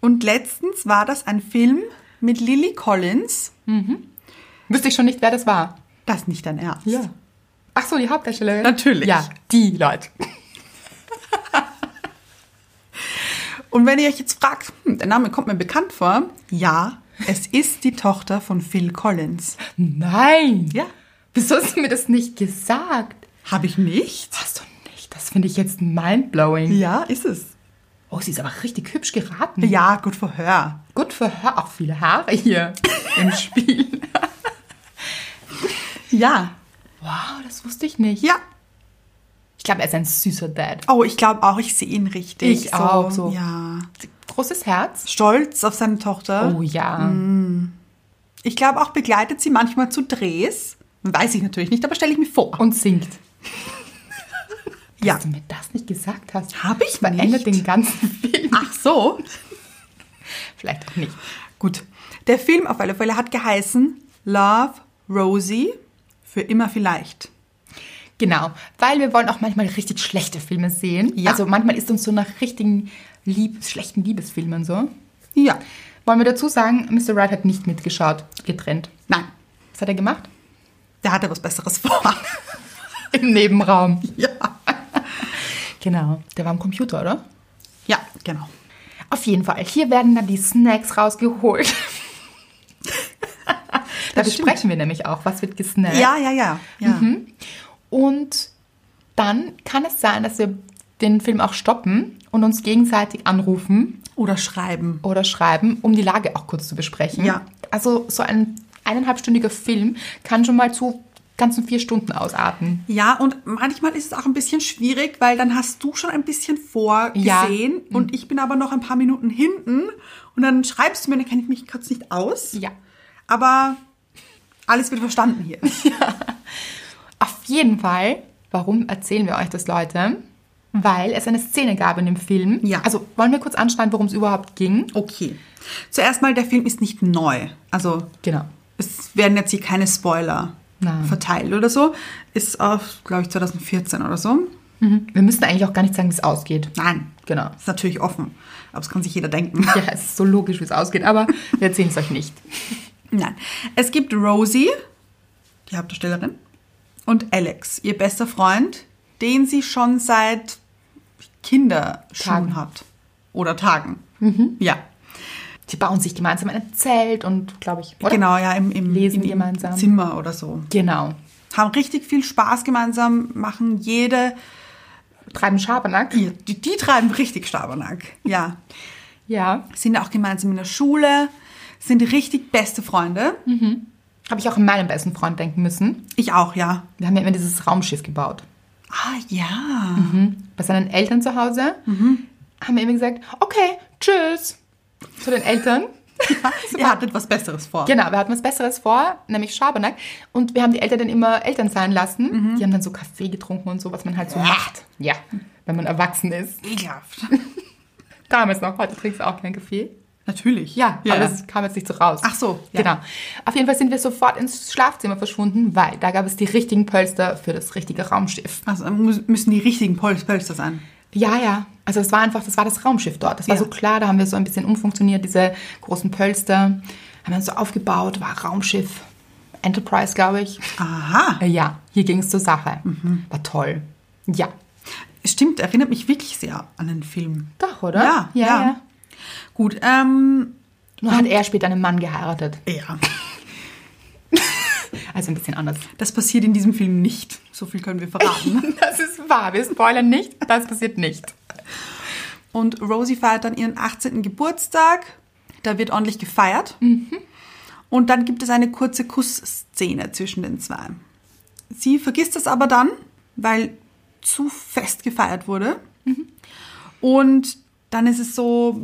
Speaker 1: Und letztens war das ein Film mit Lily Collins.
Speaker 2: Wüsste ich schon nicht, wer das war.
Speaker 1: Das ist nicht dein Ernst.
Speaker 2: Ach so, die Hauptdarstellerin?
Speaker 1: Natürlich.
Speaker 2: Ja, die Leute.
Speaker 1: Und wenn ihr euch jetzt fragt, hm, der Name kommt mir bekannt vor, ja, es ist die Tochter von Phil Collins.
Speaker 2: Nein!
Speaker 1: Ja.
Speaker 2: Wieso hast du mir das nicht gesagt?
Speaker 1: Habe ich nicht?
Speaker 2: Was du nicht? Das finde ich jetzt mindblowing.
Speaker 1: Ja, ist es.
Speaker 2: Oh, sie ist aber richtig hübsch geraten.
Speaker 1: Ja, gut Verhör.
Speaker 2: Gut für Haar. Auch viele Haare hier im Spiel.
Speaker 1: Ja.
Speaker 2: Wow, Oh, das wusste ich nicht.
Speaker 1: Ja.
Speaker 2: Ich glaube, er ist ein süßer Dad.
Speaker 1: Oh, ich glaube auch, ich sehe ihn richtig.
Speaker 2: Ich auch, so.
Speaker 1: Ja.
Speaker 2: Großes Herz.
Speaker 1: Stolz auf seine Tochter.
Speaker 2: Oh ja.
Speaker 1: Mhm. Ich glaube auch, begleitet sie manchmal zu Drehs. Weiß ich natürlich nicht, aber stelle ich mir vor.
Speaker 2: Und singt.
Speaker 1: ja.
Speaker 2: Dass du mir das nicht gesagt hast.
Speaker 1: Hab ich
Speaker 2: Verändert
Speaker 1: nicht.
Speaker 2: Also, den ganzen Film.
Speaker 1: Ach so.
Speaker 2: Vielleicht auch nicht.
Speaker 1: Gut. Der Film auf alle Fälle hat geheißen Love, Rosie, für immer vielleicht.
Speaker 2: Genau, weil wir wollen auch manchmal richtig schlechte Filme sehen.
Speaker 1: Ja.
Speaker 2: Also manchmal ist uns so nach richtigen Lieb schlechten Liebesfilmen so.
Speaker 1: Ja.
Speaker 2: Wollen wir dazu sagen, Mr. Wright hat nicht mitgeschaut, getrennt.
Speaker 1: Nein,
Speaker 2: Was hat er gemacht?
Speaker 1: der hatte was Besseres vor.
Speaker 2: Im Nebenraum.
Speaker 1: ja.
Speaker 2: Genau, der war am Computer, oder?
Speaker 1: Ja, genau.
Speaker 2: Auf jeden Fall, hier werden dann die Snacks rausgeholt. da besprechen wir nämlich auch, was wird gesnackt.
Speaker 1: Ja, ja, ja. ja.
Speaker 2: Mhm. Und dann kann es sein, dass wir den Film auch stoppen und uns gegenseitig anrufen
Speaker 1: Oder schreiben.
Speaker 2: oder schreiben, um die Lage auch kurz zu besprechen.
Speaker 1: Ja.
Speaker 2: Also so ein eineinhalbstündiger Film kann schon mal zu ganzen vier Stunden ausarten.
Speaker 1: Ja, und manchmal ist es auch ein bisschen schwierig, weil dann hast du schon ein bisschen vorgesehen und ich bin aber noch ein paar Minuten hinten und dann schreibst du mir, dann kenne ich mich kurz nicht aus.
Speaker 2: Ja.
Speaker 1: Aber alles wird verstanden hier.
Speaker 2: Auf jeden Fall, warum erzählen wir euch das, Leute? Weil es eine Szene gab in dem Film.
Speaker 1: Ja.
Speaker 2: Also wollen wir kurz anschneiden, worum es überhaupt ging?
Speaker 1: Okay. Zuerst mal, der Film ist nicht neu. Also
Speaker 2: Genau.
Speaker 1: es werden jetzt hier keine Spoiler
Speaker 2: Nein.
Speaker 1: verteilt oder so. Ist auf, glaube ich, 2014 oder so.
Speaker 2: Mhm. Wir müssen eigentlich auch gar nicht sagen, wie es ausgeht.
Speaker 1: Nein.
Speaker 2: Genau.
Speaker 1: Ist natürlich offen. Aber es kann sich jeder denken.
Speaker 2: Ja, es ist so logisch, wie es ausgeht, aber wir erzählen es euch nicht.
Speaker 1: Nein. Es gibt Rosie, die Hauptdarstellerin, und Alex, ihr bester Freund, den sie schon seit Kinderschuhen
Speaker 2: Tagen. Mhm.
Speaker 1: hat. Oder Tagen. Ja.
Speaker 2: Sie bauen sich gemeinsam ein Zelt und, glaube ich, oder?
Speaker 1: Genau, ja, im, im,
Speaker 2: Lesen
Speaker 1: im
Speaker 2: gemeinsam.
Speaker 1: Zimmer oder so.
Speaker 2: Genau.
Speaker 1: Haben richtig viel Spaß gemeinsam, machen jede.
Speaker 2: Treiben Schabernack.
Speaker 1: Die, die, die treiben richtig Schabernack. Ja.
Speaker 2: Ja.
Speaker 1: Sind auch gemeinsam in der Schule, sind richtig beste Freunde.
Speaker 2: Habe ich auch an meinen besten Freund denken müssen.
Speaker 1: Ich auch, ja.
Speaker 2: Wir haben ja immer dieses Raumschiff gebaut.
Speaker 1: Ah, ja.
Speaker 2: Bei seinen Eltern zu Hause haben wir immer gesagt, okay, tschüss. Zu den Eltern.
Speaker 1: Also, Ihr hattet was Besseres vor.
Speaker 2: Genau, wir hatten was Besseres vor, nämlich Schabernack. Und wir haben die Eltern dann immer Eltern sein lassen. Die haben dann so Kaffee getrunken und so, was man halt so macht. Ja, wenn man erwachsen ist.
Speaker 1: Ekelhaft.
Speaker 2: Damals noch, heute trinkst du auch keinen Kaffee.
Speaker 1: Natürlich.
Speaker 2: Ja,
Speaker 1: ja.
Speaker 2: aber das kam jetzt nicht so raus.
Speaker 1: Ach so, ja.
Speaker 2: Genau. Auf jeden Fall sind wir sofort ins Schlafzimmer verschwunden, weil da gab es die richtigen Pölster für das richtige Raumschiff.
Speaker 1: also dann mü- müssen die richtigen Pol- Pölster sein.
Speaker 2: Ja, ja. Also es war einfach, das war das Raumschiff dort. Das war
Speaker 1: Ja.
Speaker 2: so klar, da haben wir so ein bisschen umfunktioniert, diese großen Pölster. Haben wir so aufgebaut, war Raumschiff. Enterprise, glaube ich.
Speaker 1: Aha.
Speaker 2: Äh, ja, hier ging es zur Sache. War toll. Ja.
Speaker 1: Stimmt, erinnert mich wirklich sehr an den Film.
Speaker 2: Doch, oder?
Speaker 1: Ja, ja. Gut, ähm,
Speaker 2: Nur hat er später einen Mann geheiratet.
Speaker 1: Ja.
Speaker 2: Also ein bisschen anders.
Speaker 1: Das passiert in diesem Film nicht. So viel können wir verraten.
Speaker 2: Das ist wahr. Wir spoilern nicht. Das passiert nicht.
Speaker 1: Und Rosie feiert dann ihren 18. Geburtstag. Da wird ordentlich gefeiert.
Speaker 2: Mhm.
Speaker 1: Und dann gibt es eine kurze Kussszene zwischen den zwei. Sie vergisst es aber dann, weil zu fest gefeiert wurde.
Speaker 2: Mhm.
Speaker 1: Und dann ist es so,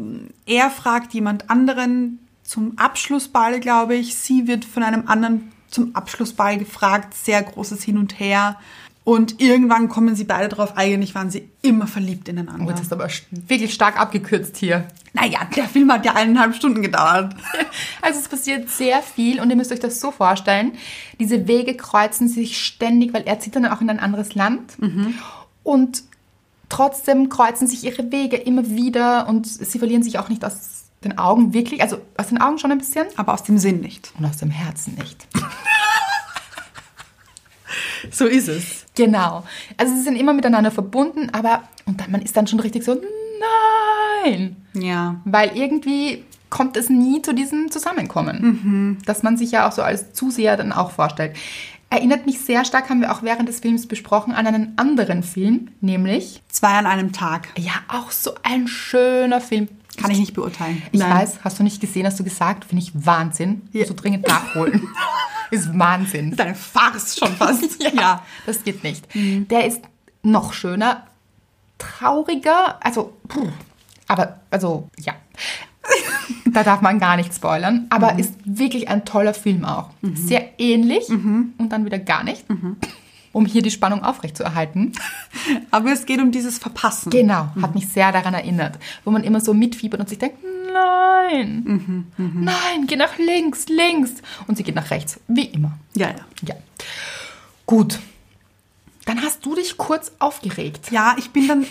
Speaker 1: er fragt jemand anderen zum Abschlussball, glaube ich. Sie wird von einem anderen zum Abschlussball gefragt. Sehr großes Hin und Her. Und irgendwann kommen sie beide drauf. Eigentlich waren sie immer verliebt
Speaker 2: Oh,
Speaker 1: ineinander.
Speaker 2: das ist aber st- wirklich stark abgekürzt hier.
Speaker 1: Naja, der Film hat ja eineinhalb Stunden gedauert.
Speaker 2: Also es passiert sehr viel und ihr müsst euch das so vorstellen. Diese Wege kreuzen sich ständig, weil er zieht dann auch in ein anderes Land. Und trotzdem kreuzen sich ihre Wege immer wieder und sie verlieren sich auch nicht aus den Augen wirklich. Also aus den Augen schon ein bisschen
Speaker 1: Aber aus dem Sinn nicht.
Speaker 2: und aus dem Herzen nicht.
Speaker 1: So ist es.
Speaker 2: Genau. Also sie sind immer miteinander verbunden, aber und dann, man ist dann schon richtig so, nein.
Speaker 1: Ja.
Speaker 2: Weil irgendwie kommt es nie zu diesem
Speaker 1: Mhm.
Speaker 2: Zusammenkommen, dass man sich ja auch so als Zuseher dann auch vorstellt. Erinnert mich sehr stark, haben wir auch während des Films besprochen, an einen anderen Film, nämlich,
Speaker 1: Zwei an einem Tag.
Speaker 2: ja, auch so ein schöner Film.
Speaker 1: Kann ich nicht beurteilen.
Speaker 2: Ich
Speaker 1: Nein.
Speaker 2: weiß, hast du nicht gesehen, hast du gesagt, finde ich Wahnsinn.
Speaker 1: Ja.
Speaker 2: So dringend nachholen. Ist Wahnsinn.
Speaker 1: Das ist eine Farce schon fast.
Speaker 2: ja, das geht nicht. Der ist noch schöner, trauriger, also, puh, aber, also, ja. da darf man gar nicht spoilern, aber ist wirklich ein toller Film auch. Sehr ähnlich und dann wieder gar nicht, um hier die Spannung aufrechtzuerhalten.
Speaker 1: Aber es geht um dieses Verpassen.
Speaker 2: Genau, hat mich sehr daran erinnert, wo man immer so mitfiebert und sich denkt, nein, nein, geh nach links, links. Und sie geht nach rechts, wie immer.
Speaker 1: ja, ja.
Speaker 2: Ja. Gut. Dann hast du dich kurz aufgeregt.
Speaker 1: Ja, ich bin dann.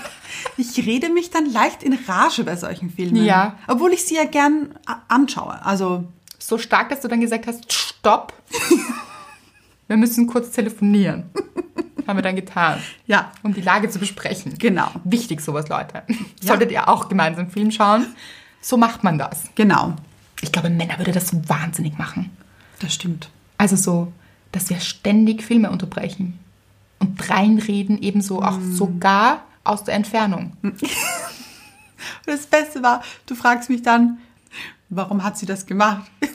Speaker 1: ich rede mich dann leicht in Rage bei solchen Filmen.
Speaker 2: Ja.
Speaker 1: Obwohl ich sie ja gern a- anschaue. Also,
Speaker 2: So stark, dass du dann gesagt hast, stopp. Wir müssen kurz telefonieren. Haben wir dann getan.
Speaker 1: Ja.
Speaker 2: Um die Lage zu besprechen.
Speaker 1: Genau.
Speaker 2: Wichtig sowas, Leute. Solltet ihr auch gemeinsam Film schauen. So macht man das.
Speaker 1: genau.
Speaker 2: Ich glaube, Männer würde das so wahnsinnig machen.
Speaker 1: Das stimmt.
Speaker 2: Also so, dass wir ständig Filme unterbrechen. Und reinreden ebenso auch
Speaker 1: Mm.
Speaker 2: sogar aus der Entfernung.
Speaker 1: Das Beste war, du fragst mich dann, warum hat sie das gemacht?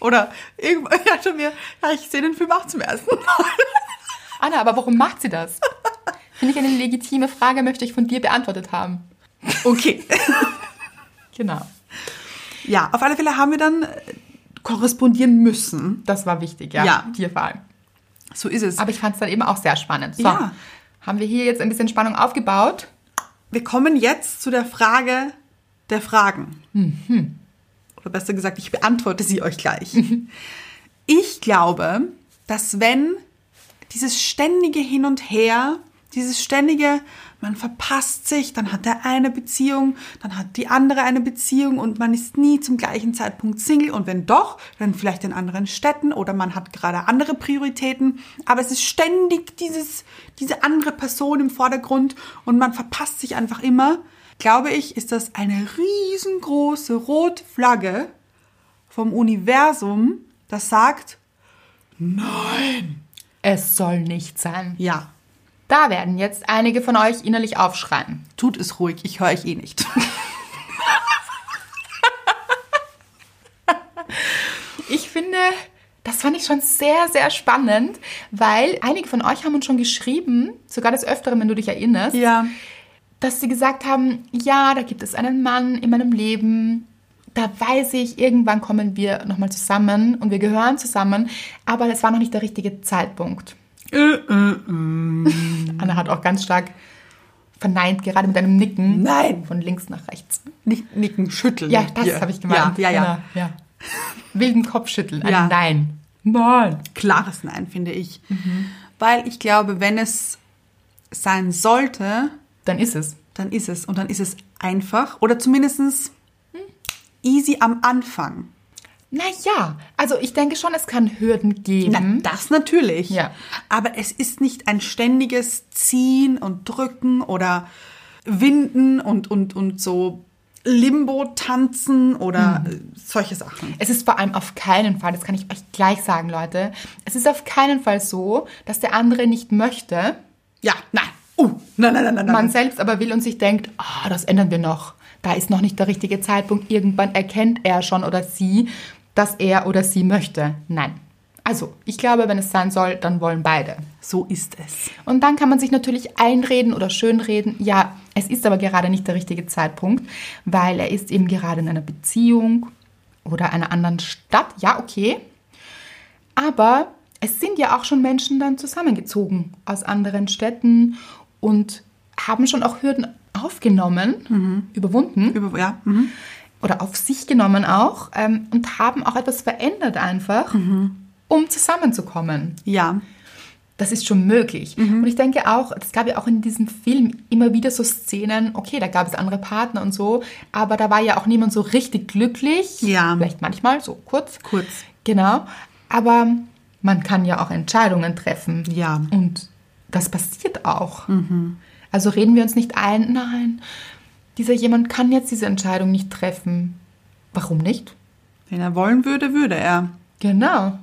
Speaker 1: Oder irgendwann dachte mir, ja, ich sehe den Film auch zum ersten Mal.
Speaker 2: Anna, aber warum macht sie das? Finde ich eine legitime Frage, möchte ich von dir beantwortet haben.
Speaker 1: Okay.
Speaker 2: Genau.
Speaker 1: Ja, auf alle Fälle haben wir dann äh, korrespondieren müssen.
Speaker 2: Das war wichtig, ja.
Speaker 1: Ja.
Speaker 2: Dir vor allem.
Speaker 1: So ist es.
Speaker 2: Aber ich fand es dann eben auch sehr spannend. So,
Speaker 1: Ja.
Speaker 2: haben wir hier jetzt ein bisschen Spannung aufgebaut?
Speaker 1: Wir kommen jetzt zu der Frage der Fragen. Oder besser gesagt, ich beantworte sie euch gleich. Ich glaube, dass wenn dieses ständige Hin und Her, dieses ständige, man verpasst sich, dann hat der eine Beziehung, dann hat die andere eine Beziehung und man ist nie zum gleichen Zeitpunkt Single und wenn doch, dann vielleicht in anderen Städten oder man hat gerade andere Prioritäten, aber es ist ständig dieses, diese andere Person im Vordergrund und man verpasst sich einfach immer, glaube ich, ist das eine riesengroße rote Flagge vom Universum, das sagt,
Speaker 2: Es soll nicht sein.
Speaker 1: ja,
Speaker 2: Da werden jetzt einige von euch innerlich aufschreien.
Speaker 1: Tut es ruhig, ich höre euch eh nicht.
Speaker 2: Ich finde, das fand ich schon sehr, sehr spannend, weil einige von euch haben uns schon geschrieben, sogar des Öfteren, wenn du dich erinnerst,
Speaker 1: Ja.
Speaker 2: dass sie gesagt haben, ja, da gibt es einen Mann in meinem Leben, da weiß ich, irgendwann kommen wir nochmal zusammen und wir gehören zusammen, aber es war noch nicht der richtige Zeitpunkt.
Speaker 1: Äh,
Speaker 2: Anna hat auch ganz stark verneint, gerade mit einem Nicken.
Speaker 1: Nein.
Speaker 2: Von links nach rechts.
Speaker 1: Nicht nicken, schütteln.
Speaker 2: Ja, das
Speaker 1: Hier.
Speaker 2: habe ich gemeint. Genau.
Speaker 1: Ja, ja, ja.
Speaker 2: Anna, ja. Wilden Kopf schütteln. ein
Speaker 1: Ja.
Speaker 2: Nein. Nein.
Speaker 1: Klares Nein, finde ich.
Speaker 2: Mhm.
Speaker 1: Weil ich glaube, wenn es sein sollte,
Speaker 2: Dann ist es.
Speaker 1: dann ist es. Und dann ist es einfach oder zumindest
Speaker 2: Hm.
Speaker 1: easy am Anfang.
Speaker 2: Naja, also ich denke schon, es kann Hürden geben.
Speaker 1: Na, das natürlich.
Speaker 2: Mhm. Ja.
Speaker 1: Aber es ist nicht ein ständiges Ziehen und Drücken oder Winden und, und, und so Limbo tanzen oder
Speaker 2: Mhm.
Speaker 1: äh, solche Sachen.
Speaker 2: Es ist vor allem auf keinen Fall, das kann ich euch gleich sagen, Leute, es ist auf keinen Fall so, dass der andere nicht möchte,
Speaker 1: Ja, nein. Uh, nein, nein, nein, nein.
Speaker 2: man
Speaker 1: nein.
Speaker 2: selbst aber will und sich denkt, ah, das ändern wir noch. Da ist noch nicht der richtige Zeitpunkt. Irgendwann erkennt er schon oder sie, dass er oder sie möchte. Nein. Also, ich glaube, wenn es sein soll, dann wollen beide.
Speaker 1: So ist es.
Speaker 2: Und dann kann man sich natürlich einreden oder schönreden. Ja, es ist aber gerade nicht der richtige Zeitpunkt, weil er ist eben gerade in einer Beziehung oder einer anderen Stadt. Ja, okay. Aber es sind ja auch schon Menschen dann zusammengezogen aus anderen Städten und haben schon auch Hürden aufgenommen, überwunden
Speaker 1: Über, ja, mhm.
Speaker 2: oder auf sich genommen auch ähm, und haben auch etwas verändert einfach, um zusammenzukommen
Speaker 1: ja.
Speaker 2: das ist schon möglich.
Speaker 1: Mhm.
Speaker 2: Und ich denke auch, es gab ja auch in diesem Film immer wieder so Szenen, okay, da gab es andere Partner und so, aber da war ja auch niemand so richtig glücklich.
Speaker 1: Ja.
Speaker 2: Vielleicht manchmal, so kurz.
Speaker 1: Kurz.
Speaker 2: Genau. Aber man kann ja auch Entscheidungen treffen.
Speaker 1: Ja. Mhm.
Speaker 2: Und das passiert auch. Also reden wir uns nicht ein, nein, dieser jemand kann jetzt diese Entscheidung nicht treffen. Warum nicht?
Speaker 1: Wenn er wollen würde, würde er.
Speaker 2: Genau.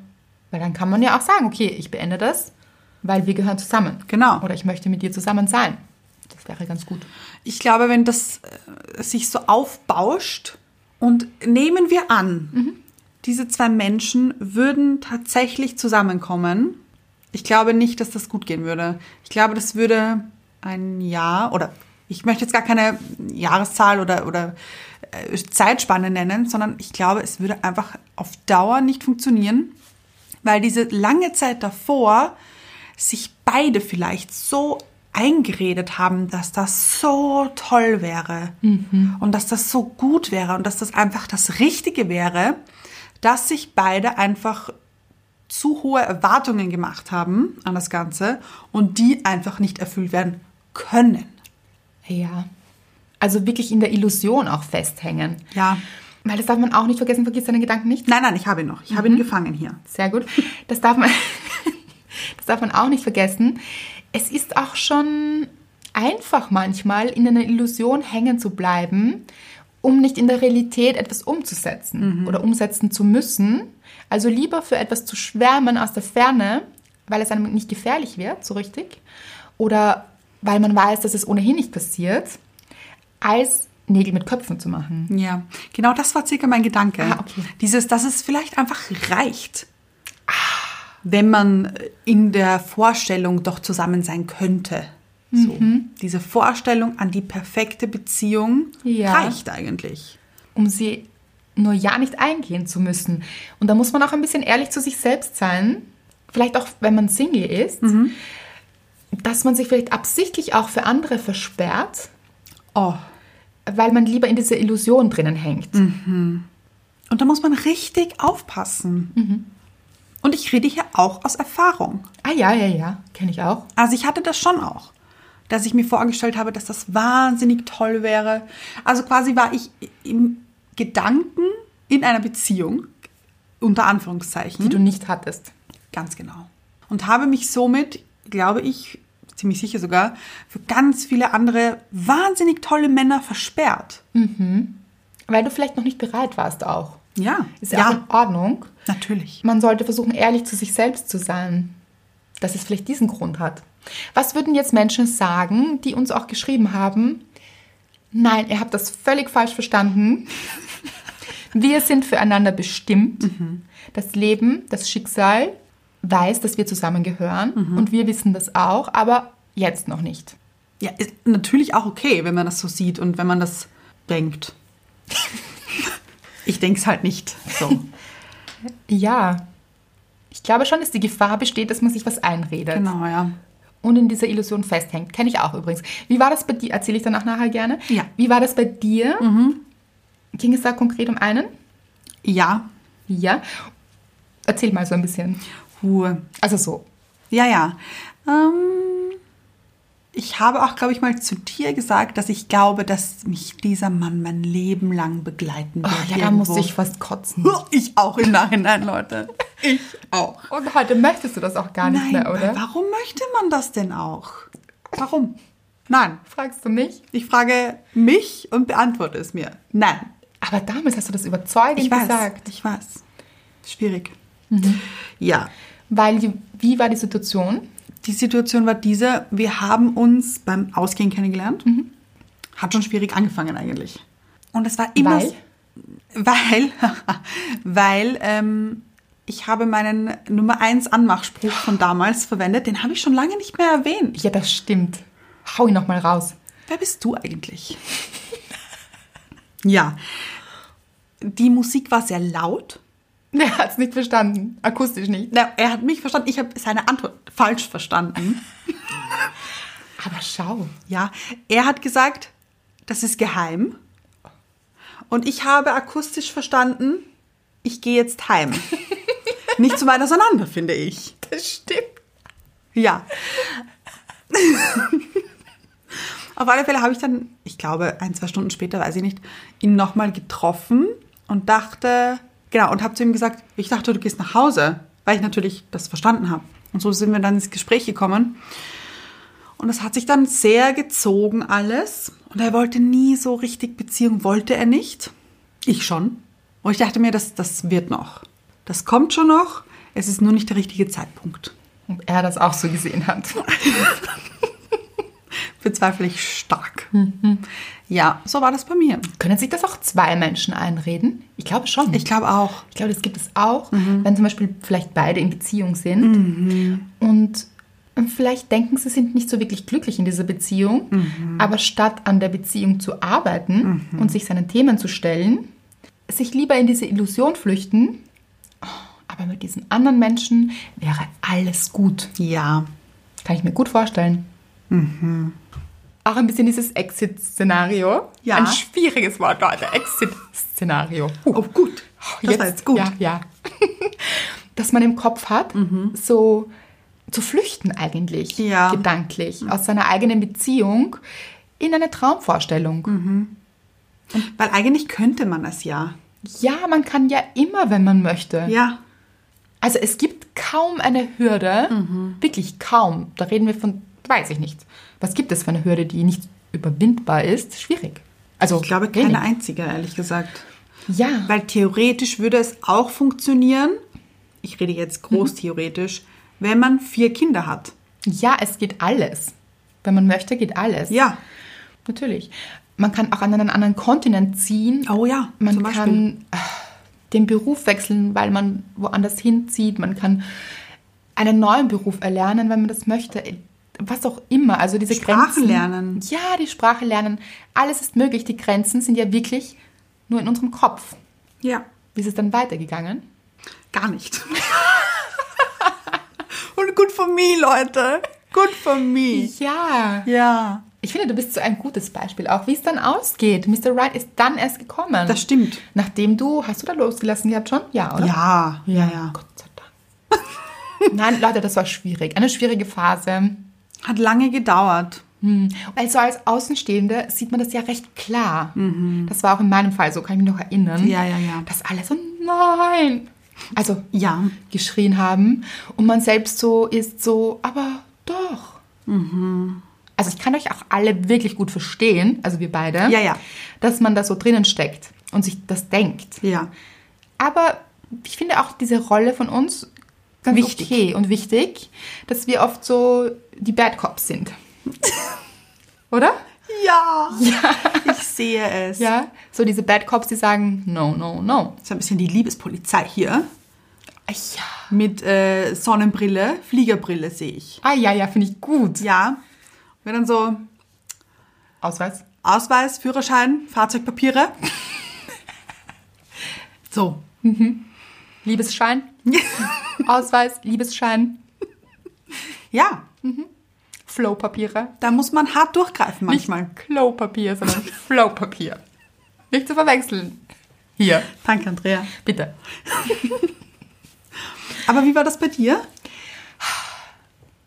Speaker 2: Weil dann kann man ja auch sagen, okay, ich beende das, weil wir gehören zusammen.
Speaker 1: Genau.
Speaker 2: Oder ich möchte mit dir zusammen sein. Das wäre ganz gut.
Speaker 1: Ich glaube, wenn das äh, sich so aufbauscht und nehmen wir an, diese zwei Menschen würden tatsächlich zusammenkommen. Ich glaube nicht, dass das gut gehen würde. Ich glaube, das würde ein Jahr oder ich möchte jetzt gar keine Jahreszahl oder, oder äh, Zeitspanne nennen, sondern ich glaube, es würde einfach auf Dauer nicht funktionieren, weil diese lange Zeit davor sich beide vielleicht so eingeredet haben, dass das so toll wäre und dass das so gut wäre und dass das einfach das Richtige wäre, dass sich beide einfach zu hohe Erwartungen gemacht haben an das Ganze und die einfach nicht erfüllt werden können.
Speaker 2: Ja. Also wirklich in der Illusion auch festhängen.
Speaker 1: Ja.
Speaker 2: Weil das darf man auch nicht vergessen, vergiss deine Gedanken nicht.
Speaker 1: Nein, nein, ich habe ihn noch. Ich habe ihn gefangen hier.
Speaker 2: Sehr gut. Das darf man, das darf man auch nicht vergessen. Es ist auch schon einfach manchmal, in einer Illusion hängen zu bleiben, um nicht in der Realität etwas umzusetzen oder umsetzen zu müssen. Also lieber für etwas zu schwärmen aus der Ferne, weil es einem nicht gefährlich wird, so richtig. Oder weil man weiß, dass es ohnehin nicht passiert, als Nägel mit Köpfen zu machen.
Speaker 1: Ja, genau das war circa mein Gedanke.
Speaker 2: Ah, okay.
Speaker 1: Dieses, dass es vielleicht einfach reicht, wenn man in der Vorstellung doch zusammen sein könnte. So.
Speaker 2: Mhm.
Speaker 1: Diese Vorstellung an die perfekte Beziehung
Speaker 2: Ja.
Speaker 1: reicht eigentlich.
Speaker 2: um sie nur ja nicht eingehen zu müssen. Und da muss man auch ein bisschen ehrlich zu sich selbst sein, vielleicht auch wenn man Single ist, dass man sich vielleicht absichtlich auch für andere versperrt,
Speaker 1: Oh.
Speaker 2: weil man lieber in dieser Illusion drinnen hängt.
Speaker 1: Und da muss man richtig aufpassen.
Speaker 2: Mhm.
Speaker 1: Und ich rede hier auch aus Erfahrung.
Speaker 2: Ah ja, ja, ja, kenne ich auch.
Speaker 1: Also ich hatte das schon auch, dass ich mir vorgestellt habe, dass das wahnsinnig toll wäre. Also quasi war ich im Gedanken in einer Beziehung, unter Anführungszeichen.
Speaker 2: Die du nicht hattest.
Speaker 1: Ganz genau. Und habe mich somit, glaube ich, ziemlich sicher sogar, für ganz viele andere wahnsinnig tolle Männer versperrt.
Speaker 2: Weil du vielleicht noch nicht bereit warst auch.
Speaker 1: Ja,
Speaker 2: Ist ja, auch in Ordnung.
Speaker 1: natürlich.
Speaker 2: Man sollte versuchen, ehrlich zu sich selbst zu sein, dass es vielleicht diesen Grund hat. Was würden jetzt Menschen sagen, die uns auch geschrieben haben, nein, ihr habt das völlig falsch verstanden. Wir sind füreinander bestimmt. Das Leben, das Schicksal weiß, dass wir zusammengehören und wir wissen das auch, aber jetzt noch nicht.
Speaker 1: Ja, ist natürlich auch okay, wenn man das so sieht und wenn man das denkt. ich denke es halt nicht. So.
Speaker 2: Ja, ich glaube schon, dass die Gefahr besteht, dass man sich was einredet.
Speaker 1: genau, ja.
Speaker 2: und in dieser Illusion festhängt. Kenne ich auch übrigens. Wie war das bei dir? Erzähle ich danach nachher gerne.
Speaker 1: Ja. Mhm.
Speaker 2: Wie war das bei dir? Ging es da konkret um einen?
Speaker 1: Ja,
Speaker 2: Ja. Erzähl mal so ein bisschen.
Speaker 1: Ruhe.
Speaker 2: Also so.
Speaker 1: Ja, ja. Ähm, ich habe auch, glaube ich, mal zu dir gesagt, dass ich glaube, dass mich dieser Mann mein Leben lang begleiten wird.
Speaker 2: Oh, ja, da
Speaker 1: irgendwo.
Speaker 2: musste ich fast kotzen.
Speaker 1: Ich auch im Nachhinein, Leute. Ich auch.
Speaker 2: Und heute möchtest du das auch gar nicht
Speaker 1: Nein,
Speaker 2: mehr, oder?
Speaker 1: warum möchte man das denn auch? Warum? Nein.
Speaker 2: Fragst du mich?
Speaker 1: Ich frage mich und beantworte es mir. Nein.
Speaker 2: Aber damals hast du das überzeugend
Speaker 1: Ich weiß.
Speaker 2: gesagt.
Speaker 1: Ich weiß. Schwierig.
Speaker 2: Mhm.
Speaker 1: Ja.
Speaker 2: Weil, die- wie war die Situation?
Speaker 1: Die Situation war diese, wir haben uns beim Ausgehen kennengelernt. Hat schon schwierig angefangen eigentlich. Und es war immer...
Speaker 2: Weil?
Speaker 1: Weil, weil ähm, ich habe meinen Nummer 1 Anmachspruch von damals verwendet. Den habe ich schon lange nicht mehr erwähnt.
Speaker 2: Ja, das stimmt. Hau ihn nochmal raus.
Speaker 1: Wer bist du eigentlich? ja. Die Musik war sehr laut.
Speaker 2: Der hat es nicht verstanden. Akustisch nicht.
Speaker 1: Na, er hat mich verstanden, ich habe seine Antwort falsch verstanden.
Speaker 2: Aber schau.
Speaker 1: Ja, er hat gesagt, das ist geheim. Und ich habe akustisch verstanden, ich gehe jetzt heim. Nicht so weit auseinander, finde ich.
Speaker 2: Das stimmt.
Speaker 1: Ja. Auf alle Fälle habe ich dann, ich glaube, ein, zwei Stunden später, weiß ich nicht, ihn nochmal getroffen und dachte, genau, und habe zu ihm gesagt, ich dachte, du gehst nach Hause, weil ich natürlich das verstanden habe. Und so sind wir dann ins Gespräch gekommen. Und das hat sich dann sehr gezogen alles. Und er wollte nie so richtig Beziehung, wollte er nicht. Ich schon. Und ich dachte mir, das, das wird noch. Das kommt schon noch. Es ist nur nicht der richtige Zeitpunkt.
Speaker 2: Ob er das auch so gesehen hat.
Speaker 1: bezweifle ich stark. Ja, so war das bei mir.
Speaker 2: Können sich das auch zwei Menschen einreden? Ich glaube schon.
Speaker 1: Ich glaube auch.
Speaker 2: Ich glaube, das gibt es auch, wenn zum Beispiel vielleicht beide in Beziehung sind und ähm, vielleicht denken, sie sind nicht so wirklich glücklich in dieser Beziehung, aber statt an der Beziehung zu arbeiten und sich seinen Themen zu stellen, sich lieber in diese Illusion flüchten, oh, aber mit diesen anderen Menschen wäre alles gut.
Speaker 1: Ja.
Speaker 2: Kann ich mir gut vorstellen.
Speaker 1: Mhm.
Speaker 2: Auch ein bisschen dieses Exit-Szenario.
Speaker 1: Ja.
Speaker 2: Ein schwieriges Wort, Leute. Exit-Szenario. Huh.
Speaker 1: Oh, gut. Das war jetzt gut.
Speaker 2: Ja, ja. Dass man im Kopf hat, so zu flüchten eigentlich,
Speaker 1: Mhm. Ja.
Speaker 2: gedanklich, aus seiner eigenen Beziehung in eine Traumvorstellung.
Speaker 1: Mhm. Weil eigentlich könnte man es ja.
Speaker 2: Ja, man kann ja immer, wenn man möchte.
Speaker 1: Ja.
Speaker 2: Also es gibt kaum eine Hürde,
Speaker 1: Mhm.
Speaker 2: wirklich kaum. Da reden wir von, weiß ich nicht. Was gibt es für eine Hürde, die nicht überwindbar ist? Schwierig. Also
Speaker 1: Ich glaube,
Speaker 2: wenig.
Speaker 1: keine einzige, ehrlich gesagt.
Speaker 2: Ja,
Speaker 1: Weil theoretisch würde es auch funktionieren, ich rede jetzt groß theoretisch, wenn man vier Kinder hat.
Speaker 2: ja, es geht alles. Wenn man möchte, geht alles.
Speaker 1: Ja.
Speaker 2: Natürlich. Man kann auch an einen anderen Kontinent ziehen.
Speaker 1: Oh ja,
Speaker 2: Man
Speaker 1: zum Beispiel.
Speaker 2: kann äh, den Beruf wechseln, weil man woanders hinzieht. Man kann einen neuen Beruf erlernen, wenn man das möchte. Was auch immer. Also diese
Speaker 1: Sprachen
Speaker 2: Grenzen.
Speaker 1: lernen.
Speaker 2: Ja, die Sprache lernen. Alles ist möglich. Die Grenzen sind ja wirklich nur in unserem Kopf.
Speaker 1: Ja.
Speaker 2: Wie ist es dann weitergegangen?
Speaker 1: Gar nicht. Und gut von mir, Leute. Gut von mir.
Speaker 2: Ja.
Speaker 1: Ja.
Speaker 2: Ich finde, du bist so ein gutes Beispiel auch, wie es dann ausgeht. Mr. Wright ist dann erst gekommen.
Speaker 1: Das stimmt.
Speaker 2: Nachdem du, hast du da losgelassen gehabt schon? Ja, oder?
Speaker 1: Ja. Ja, ja.
Speaker 2: Gott sei Dank. Nein, Leute, das war schwierig. Eine schwierige Phase.
Speaker 1: Hat lange gedauert.
Speaker 2: Hm. Also als Außenstehende sieht man das ja recht klar. Das war auch in meinem Fall so, kann ich mich noch erinnern.
Speaker 1: Mhm. Ja, ja, ja.
Speaker 2: Dass alle so, nein. Also
Speaker 1: Ja.
Speaker 2: geschrien haben. Und man selbst so ist so, aber doch.
Speaker 1: Mhm.
Speaker 2: Also ich kann euch auch alle wirklich gut verstehen, also wir beide.
Speaker 1: Ja, ja.
Speaker 2: Dass man da so drinnen steckt und sich das denkt.
Speaker 1: Ja.
Speaker 2: Aber ich finde auch diese Rolle von uns ganz
Speaker 1: Wichtig.
Speaker 2: okay und wichtig, dass wir oft so die Bad Cops sind. Oder?
Speaker 1: Ja. ja. Ich sehe es.
Speaker 2: Ja. So diese Bad Cops, die sagen, no, no, no.
Speaker 1: Das ist ein bisschen die Liebespolizei hier.
Speaker 2: Ja.
Speaker 1: Mit äh, Sonnenbrille, Fliegerbrille sehe ich.
Speaker 2: Ah ja, ja, finde ich gut.
Speaker 1: Ja. Wenn dann so
Speaker 2: Ausweis.
Speaker 1: Ausweis, Führerschein, Fahrzeugpapiere. so.
Speaker 2: Liebesschein. Ausweis, Liebesschein,
Speaker 1: Ja.
Speaker 2: Flow-Papiere.
Speaker 1: Da muss man hart durchgreifen manchmal.
Speaker 2: Nicht Klopapier, sondern Flow-Papier. Nicht zu verwechseln. Hier,
Speaker 1: Danke, Andrea.
Speaker 2: bitte.
Speaker 1: Aber wie war das bei dir?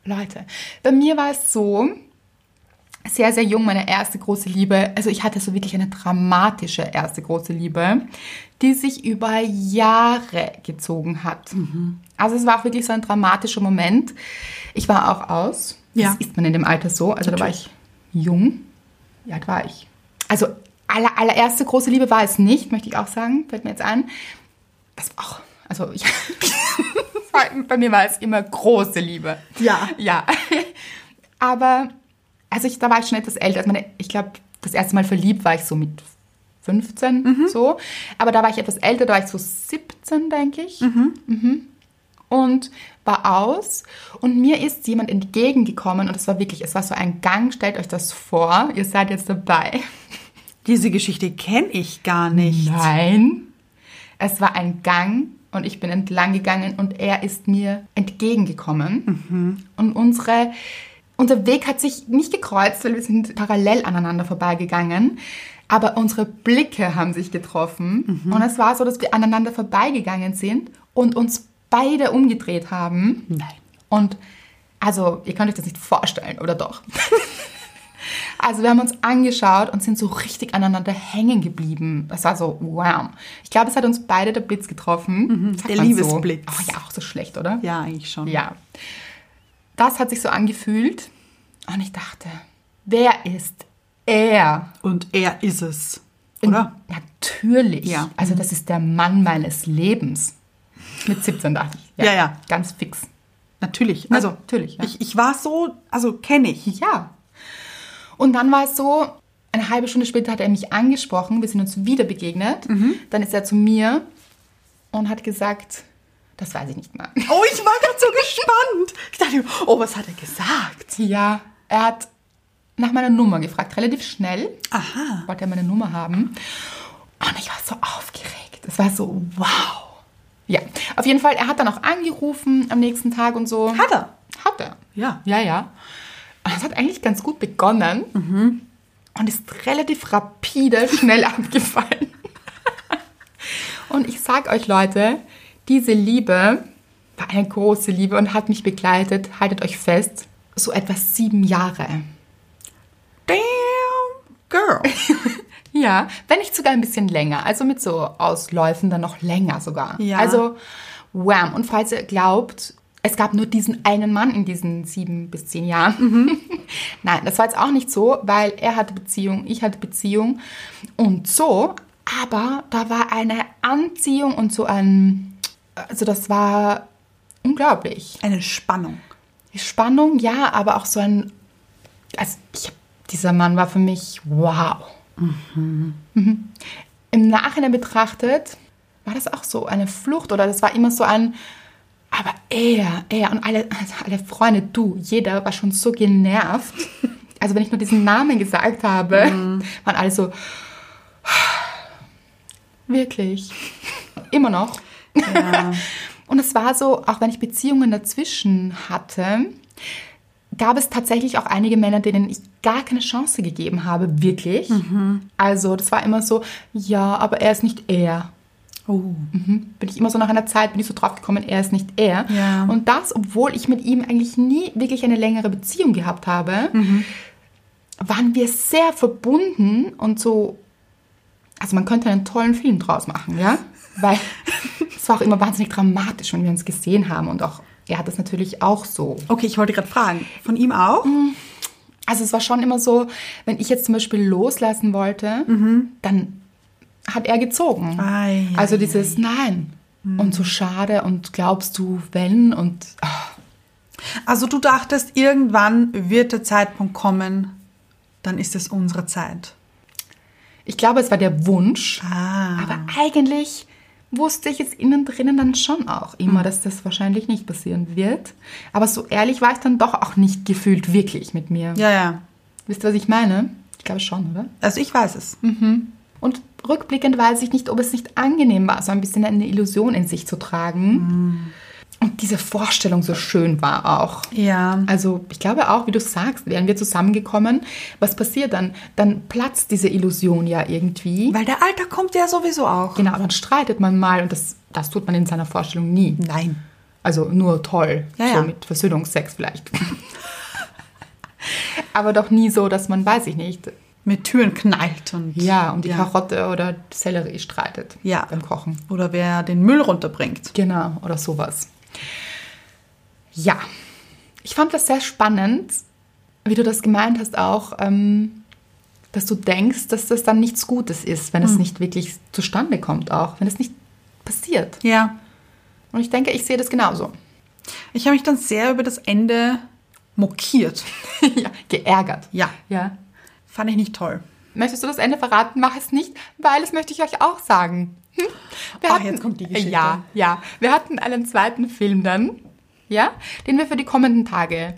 Speaker 2: Leute, bei mir war es so, sehr, sehr jung, meine erste große Liebe. Also ich hatte so wirklich eine dramatische erste große Liebe, die sich über Jahre gezogen hat.
Speaker 1: Mhm.
Speaker 2: Also es war auch wirklich so ein dramatischer Moment. Ich war auch aus.
Speaker 1: Ja.
Speaker 2: Das ist man in dem Alter so. Also da war
Speaker 1: Natürlich.
Speaker 2: ich jung. Wie alt war ich? Also aller, allererste große Liebe war es nicht, möchte ich auch sagen, fällt mir jetzt ein. Das auch. Also ich, bei mir war es immer große Liebe.
Speaker 1: Ja.
Speaker 2: Ja. Aber also ich, da war ich schon etwas älter. Also meine, ich glaube, das erste Mal verliebt war ich so mit 15, so. Aber da war ich etwas älter, da war ich so 17, denke ich. Mhm. Und war aus. Und mir ist jemand entgegengekommen und es war wirklich, es war so ein Gang, stellt euch das vor, ihr seid jetzt dabei.
Speaker 1: Diese Geschichte kenne ich gar nicht.
Speaker 2: Nein. Es war ein Gang und ich bin entlang gegangen und er ist mir entgegengekommen. Und unsere, unser Weg hat sich nicht gekreuzt, weil wir sind parallel aneinander vorbeigegangen. Aber unsere Blicke haben sich getroffen. Und es war so, dass wir aneinander vorbeigegangen sind und uns beide umgedreht haben. Nein. Und also, ihr könnt euch das nicht vorstellen, oder doch? Also wir haben uns angeschaut und sind so richtig aneinander hängen geblieben. Das war so, wow. Ich glaube, es hat uns beide der Blitz getroffen. Sagt
Speaker 1: Mhm, der
Speaker 2: man
Speaker 1: Liebesblitz.
Speaker 2: So. Oh ja, auch so schlecht, oder?
Speaker 1: Ja, eigentlich schon.
Speaker 2: Ja. Das hat sich so angefühlt. Und ich dachte, wer ist er?
Speaker 1: Und er ist es, oder?
Speaker 2: Natürlich.
Speaker 1: Ja.
Speaker 2: Also das ist der Mann meines Lebens. Mit 17 dachte ich.
Speaker 1: Ja, ja.
Speaker 2: Ganz fix.
Speaker 1: Natürlich.
Speaker 2: Na-
Speaker 1: Also,
Speaker 2: natürlich, ja.
Speaker 1: Ich, ich war so, also kenne ich.
Speaker 2: Ja. Und dann war es so, eine halbe Stunde später hat er mich angesprochen, wir sind uns wieder begegnet.
Speaker 1: Mhm.
Speaker 2: Dann ist er zu mir und hat gesagt, das weiß ich nicht mehr.
Speaker 1: Oh, ich war gerade so gespannt. Ich dachte, oh, was hat er gesagt?
Speaker 2: Ja, er hat nach meiner Nummer gefragt, relativ schnell.
Speaker 1: Aha.
Speaker 2: Wollte er meine Nummer haben. Und ich war so aufgeregt. Es war so, wow. Ja, auf jeden Fall, er hat dann auch angerufen am nächsten Tag und so.
Speaker 1: Hat er?
Speaker 2: Hat er.
Speaker 1: Ja.
Speaker 2: Ja, ja. Und es hat eigentlich ganz gut begonnen und ist relativ rapide schnell abgefallen. und ich sag euch, Leute, diese Liebe war eine große Liebe und hat mich begleitet, haltet euch fest, so etwa sieben Jahre.
Speaker 1: Damn, girl.
Speaker 2: Ja, wenn nicht sogar ein bisschen länger. Also mit so Ausläufen dann noch länger sogar.
Speaker 1: Ja.
Speaker 2: Also, wham. Und falls ihr glaubt, es gab nur diesen einen Mann in diesen sieben bis zehn Jahren. Nein, das war jetzt auch nicht so, weil er hatte Beziehung, ich hatte Beziehung und so. Aber da war eine Anziehung und so ein, also das war unglaublich.
Speaker 1: Eine Spannung.
Speaker 2: Die Spannung, ja, aber auch so ein. Also, ich, dieser Mann war für mich wow. Mhm. Im Nachhinein betrachtet war das auch so eine Flucht oder das war immer so ein. Aber er, er und alle, also alle Freunde, du, jeder war schon so genervt. Also, wenn ich nur diesen Namen gesagt habe, waren alle so. Wirklich. Immer noch. Und es war so, auch wenn ich Beziehungen dazwischen hatte, gab es tatsächlich auch einige Männer, denen ich gar keine Chance gegeben habe, wirklich. Also das war immer so, ja, aber er ist nicht er.
Speaker 1: Oh.
Speaker 2: Mhm. Bin ich immer so nach einer Zeit, bin ich so draufgekommen, er ist nicht er.
Speaker 1: Ja.
Speaker 2: Und das, obwohl ich mit ihm eigentlich nie wirklich eine längere Beziehung gehabt habe, waren wir sehr verbunden und so, also man könnte einen tollen Film draus machen, ja? Weil es war auch immer wahnsinnig dramatisch, wenn wir uns gesehen haben und auch, er hat das natürlich auch so.
Speaker 1: Okay, ich wollte gerade fragen. Von ihm auch?
Speaker 2: Also es war schon immer so, wenn ich jetzt zum Beispiel loslassen wollte,
Speaker 1: Mhm.
Speaker 2: dann hat er gezogen.
Speaker 1: Ei,
Speaker 2: also
Speaker 1: ei,
Speaker 2: dieses Nein
Speaker 1: Mhm.
Speaker 2: und so schade und glaubst du, wenn und ah,
Speaker 1: Also du dachtest, irgendwann wird der Zeitpunkt kommen, dann ist es unsere Zeit.
Speaker 2: ich glaube, es war der Wunsch,
Speaker 1: Ah.
Speaker 2: aber eigentlich wusste ich es innen drinnen dann schon auch
Speaker 1: Mhm.
Speaker 2: immer, dass das wahrscheinlich nicht passieren wird. Aber so ehrlich war ich dann doch auch nicht gefühlt wirklich mit mir.
Speaker 1: Ja, ja.
Speaker 2: Wisst ihr, was ich meine? Ich glaube schon, oder?
Speaker 1: Also ich weiß es.
Speaker 2: Und rückblickend weiß ich nicht, ob es nicht angenehm war, so ein bisschen eine Illusion in sich zu tragen.
Speaker 1: Hm.
Speaker 2: Und diese Vorstellung so schön war auch.
Speaker 1: Ja.
Speaker 2: Also ich glaube auch, wie du sagst, wären wir zusammengekommen, was passiert dann? Dann platzt diese Illusion ja irgendwie.
Speaker 1: Weil der Alter kommt ja sowieso auch.
Speaker 2: Genau, dann streitet man mal und das, das tut man in seiner Vorstellung nie.
Speaker 1: Nein.
Speaker 2: Also nur toll,
Speaker 1: Ja,
Speaker 2: so
Speaker 1: ja.
Speaker 2: mit Versöhnungsex vielleicht. Aber doch nie so, dass man, weiß ich nicht,
Speaker 1: Mit Türen knallt und.
Speaker 2: ja, um die Karotte oder Sellerie streitet
Speaker 1: Ja.
Speaker 2: beim Kochen.
Speaker 1: Oder wer den Müll runterbringt.
Speaker 2: Genau, oder sowas. Ja, ich fand das sehr spannend wie du das gemeint hast, auch, ähm, dass du denkst, dass das dann nichts Gutes ist, wenn
Speaker 1: Hm.
Speaker 2: es nicht wirklich zustande kommt, auch wenn es nicht passiert.
Speaker 1: Ja.
Speaker 2: Und ich denke, ich sehe das genauso.
Speaker 1: Ich habe mich dann sehr über das Ende mokiert.
Speaker 2: ja, geärgert.
Speaker 1: Ja.
Speaker 2: Ja.
Speaker 1: Fand ich nicht toll.
Speaker 2: Möchtest du das Ende verraten? Mach es nicht, weil das möchte ich euch auch sagen. Hm? Äh,
Speaker 1: Ach, jetzt kommt die Geschichte.
Speaker 2: Ja, ja. Wir hatten einen zweiten Film dann, ja, den wir für die kommenden Tage,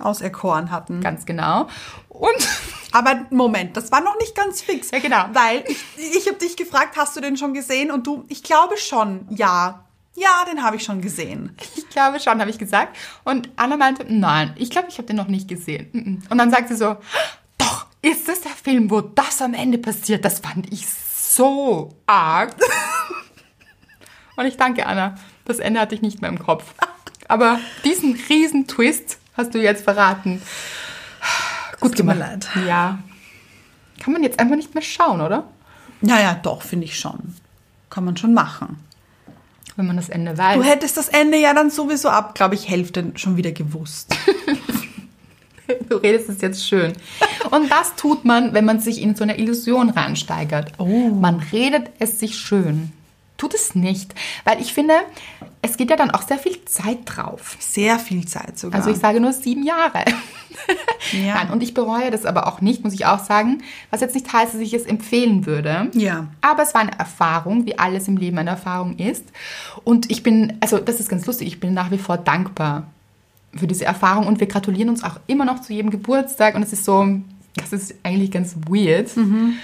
Speaker 1: Auserkoren hatten.
Speaker 2: ganz genau. Und
Speaker 1: Aber Moment, das war noch nicht ganz fix.
Speaker 2: Ja, genau.
Speaker 1: Weil ich, ich habe dich gefragt, hast du den schon gesehen? Und du, ich glaube schon, ja. Ja, den habe ich schon gesehen.
Speaker 2: ich glaube schon, habe ich gesagt. Und Anna meinte, nein, ich glaube, ich habe den noch nicht gesehen. Mhm. Und dann sagt sie so, doch, ist das der Film, wo das am Ende passiert? Das fand ich so arg. Und ich danke Anna. Das Ende hatte ich nicht mehr im Kopf. Aber diesen riesen Twist hast du jetzt verraten. Gut
Speaker 1: tut mir
Speaker 2: gemacht. Ja. Kann man jetzt einfach nicht mehr schauen, oder?
Speaker 1: Naja, doch, finde ich schon. Kann man schon machen.
Speaker 2: Wenn man das Ende weiß.
Speaker 1: Du hättest das Ende ja dann sowieso ab, glaube ich, Hälfte schon wieder gewusst.
Speaker 2: Du redest es jetzt schön. Und das tut man, wenn man sich in so eine Illusion reinsteigert. Man redet es sich schön. Tut es nicht. Weil ich finde, es geht ja dann auch sehr viel Zeit drauf.
Speaker 1: Sehr viel Zeit sogar.
Speaker 2: Also ich sage nur sieben Jahre.
Speaker 1: Ja.
Speaker 2: Nein, und ich bereue das aber auch nicht, muss ich auch sagen. Was jetzt nicht heißt, dass ich es empfehlen würde.
Speaker 1: Ja.
Speaker 2: Aber es war eine Erfahrung, wie alles im Leben eine Erfahrung ist. Und ich bin, also das ist ganz lustig, ich bin nach wie vor dankbar für diese Erfahrung und wir gratulieren uns auch immer noch zu jedem Geburtstag und es ist so, das ist eigentlich ganz weird.
Speaker 1: Mhm.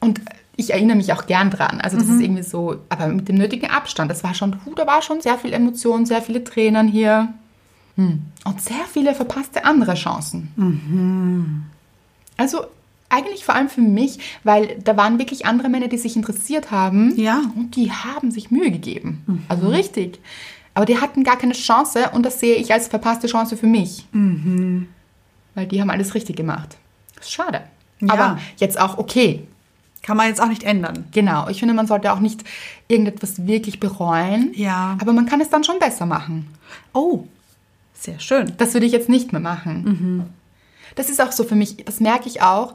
Speaker 2: Und ich erinnere mich auch gern dran. Also das ist irgendwie so, aber mit dem nötigen Abstand. Das war schon, hu, da war schon sehr viel Emotion, sehr viele Tränen hier. Hm. Und sehr viele verpasste andere Chancen.
Speaker 1: Mhm.
Speaker 2: Also eigentlich vor allem für mich, weil da waren wirklich andere Männer, die sich interessiert haben.
Speaker 1: Ja. Mhm.
Speaker 2: Und die haben sich Mühe gegeben. Also richtig. Aber die hatten gar keine Chance und das sehe ich als verpasste Chance für mich.
Speaker 1: Mhm.
Speaker 2: Weil die haben alles richtig gemacht. Das ist schade.
Speaker 1: Ja.
Speaker 2: Aber jetzt auch okay.
Speaker 1: Kann man jetzt auch nicht ändern.
Speaker 2: Genau. Ich finde, man sollte auch nicht irgendetwas wirklich bereuen.
Speaker 1: Ja.
Speaker 2: Aber man kann es dann schon besser machen.
Speaker 1: Oh, sehr schön.
Speaker 2: Das würde ich jetzt nicht mehr machen.
Speaker 1: Mhm.
Speaker 2: Das ist auch so für mich, das merke ich auch.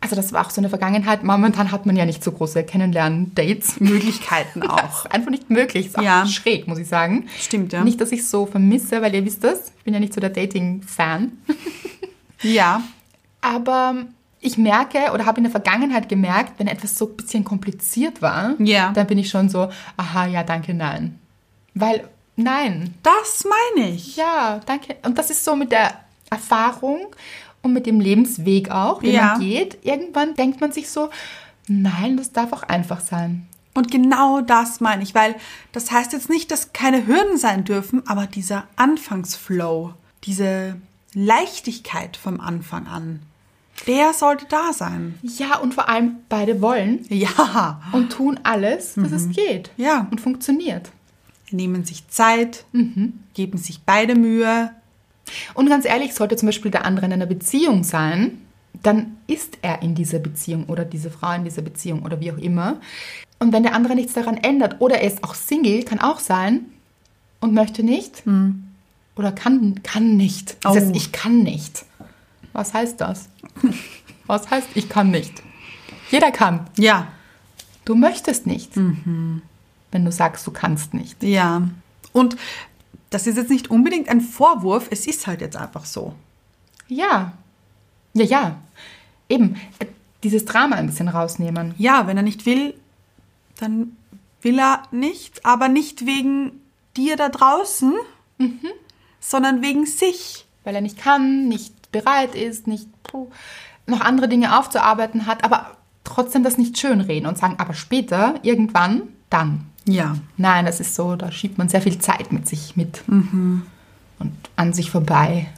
Speaker 2: Also das war auch so eine Vergangenheit. Momentan hat man ja nicht so große Kennenlernen-Dates.
Speaker 1: Möglichkeiten auch.
Speaker 2: Auch einfach nicht möglich. Ist auch
Speaker 1: Ja.
Speaker 2: schräg, muss ich sagen.
Speaker 1: Stimmt, ja.
Speaker 2: Nicht, dass ich so vermisse, weil ihr wisst das. Ich bin ja nicht so der Dating-Fan.
Speaker 1: ja.
Speaker 2: Aber ich merke oder habe in der Vergangenheit gemerkt, wenn etwas so ein bisschen kompliziert war,
Speaker 1: Ja.
Speaker 2: dann bin ich schon so, aha, ja, danke, nein. Weil, nein,
Speaker 1: Das meine ich.
Speaker 2: Ja, danke. Und das ist so mit der Erfahrung und mit dem Lebensweg auch, den
Speaker 1: Ja.
Speaker 2: man geht. Irgendwann denkt man sich so, nein, das darf auch einfach sein.
Speaker 1: Und genau das meine ich, weil das heißt jetzt nicht, dass keine Hürden sein dürfen, aber dieser Anfangsflow, diese Leichtigkeit vom Anfang an, der sollte da sein.
Speaker 2: Ja, und vor allem beide wollen
Speaker 1: Ja,
Speaker 2: und tun alles, dass es geht.
Speaker 1: Mhm. Ja.
Speaker 2: Und funktioniert.
Speaker 1: nehmen sich Zeit, geben sich beide Mühe.
Speaker 2: Und ganz ehrlich, sollte zum Beispiel der andere in einer Beziehung sein, dann ist er in dieser Beziehung oder diese Frau in dieser Beziehung oder wie auch immer. Und wenn der andere nichts daran ändert oder er ist auch Single, kann auch sein und möchte nicht oder kann, kann nicht. Das
Speaker 1: Oh.
Speaker 2: heißt, ich kann nicht. Was heißt das? Was heißt, ich kann nicht? Jeder kann.
Speaker 1: Ja,
Speaker 2: Du möchtest nicht. Wenn du sagst, du kannst nicht.
Speaker 1: ja. Und das ist jetzt nicht unbedingt ein Vorwurf, es ist halt jetzt einfach so.
Speaker 2: Ja. Ja, ja. Eben. Äh, Dieses Drama ein bisschen rausnehmen.
Speaker 1: Ja, wenn er nicht will, dann will er nicht, aber nicht wegen dir da draußen, Mhm. sondern wegen sich.
Speaker 2: weil er nicht kann, nicht bereit ist, nicht puh, noch andere Dinge aufzuarbeiten hat, aber trotzdem das nicht schönreden und sagen, aber später, irgendwann, dann.
Speaker 1: Ja.
Speaker 2: Nein, das ist so, da schiebt man sehr viel Zeit mit sich mit Mhm. und an sich vorbei.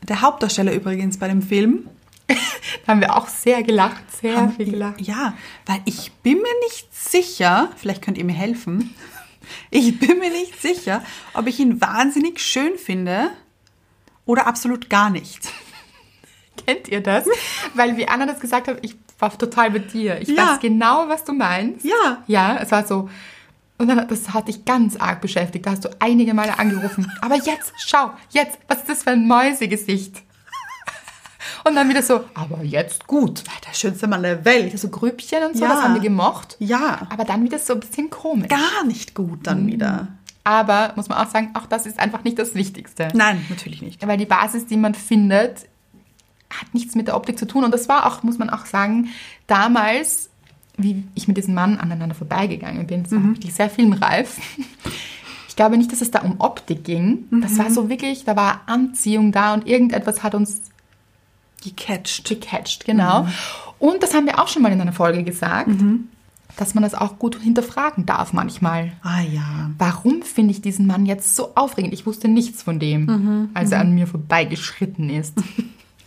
Speaker 1: Der Hauptdarsteller übrigens bei dem Film.
Speaker 2: Da haben wir auch sehr gelacht, sehr
Speaker 1: Haben-
Speaker 2: viel gelacht.
Speaker 1: Ja, weil ich bin mir nicht sicher, vielleicht könnt ihr mir helfen. Ich bin mir nicht sicher, ob ich ihn wahnsinnig schön finde oder absolut gar nicht.
Speaker 2: Kennt ihr das? Weil wie Anna das gesagt hat, ich war total mit dir. Ich
Speaker 1: Ja.
Speaker 2: weiß genau, was du meinst.
Speaker 1: Ja.
Speaker 2: Ja, es war so. Und dann, das hat dich ganz arg beschäftigt. Da hast du einige Male angerufen. Aber jetzt, schau, jetzt, was ist das für ein Mäusegesicht? Und dann wieder so, aber jetzt gut.
Speaker 1: Der schönste Mann der Welt.
Speaker 2: So Grübchen und so,
Speaker 1: Ja.
Speaker 2: das haben wir gemocht.
Speaker 1: Ja, Mhm.
Speaker 2: Aber dann wieder so ein bisschen komisch.
Speaker 1: gar nicht gut dann wieder.
Speaker 2: Aber muss man auch sagen, auch das ist einfach nicht das Wichtigste.
Speaker 1: Nein, natürlich nicht.
Speaker 2: Weil die Basis, die man findet, hat nichts mit der Optik zu tun. Und das war auch, muss man auch sagen, damals, wie ich mit diesem Mann aneinander vorbeigegangen bin, das war wirklich sehr filmreif. Ich glaube nicht, dass es da um Optik ging. Das war so wirklich, da war Anziehung da und irgendetwas hat uns
Speaker 1: Gecatcht.
Speaker 2: gecatcht, genau. Und das haben wir auch schon mal in einer Folge gesagt, dass man das auch gut hinterfragen darf manchmal.
Speaker 1: Ah ja.
Speaker 2: Warum finde ich diesen Mann jetzt so aufregend? Ich wusste nichts von dem,
Speaker 1: Mhm,
Speaker 2: als er an mir vorbeigeschritten ist.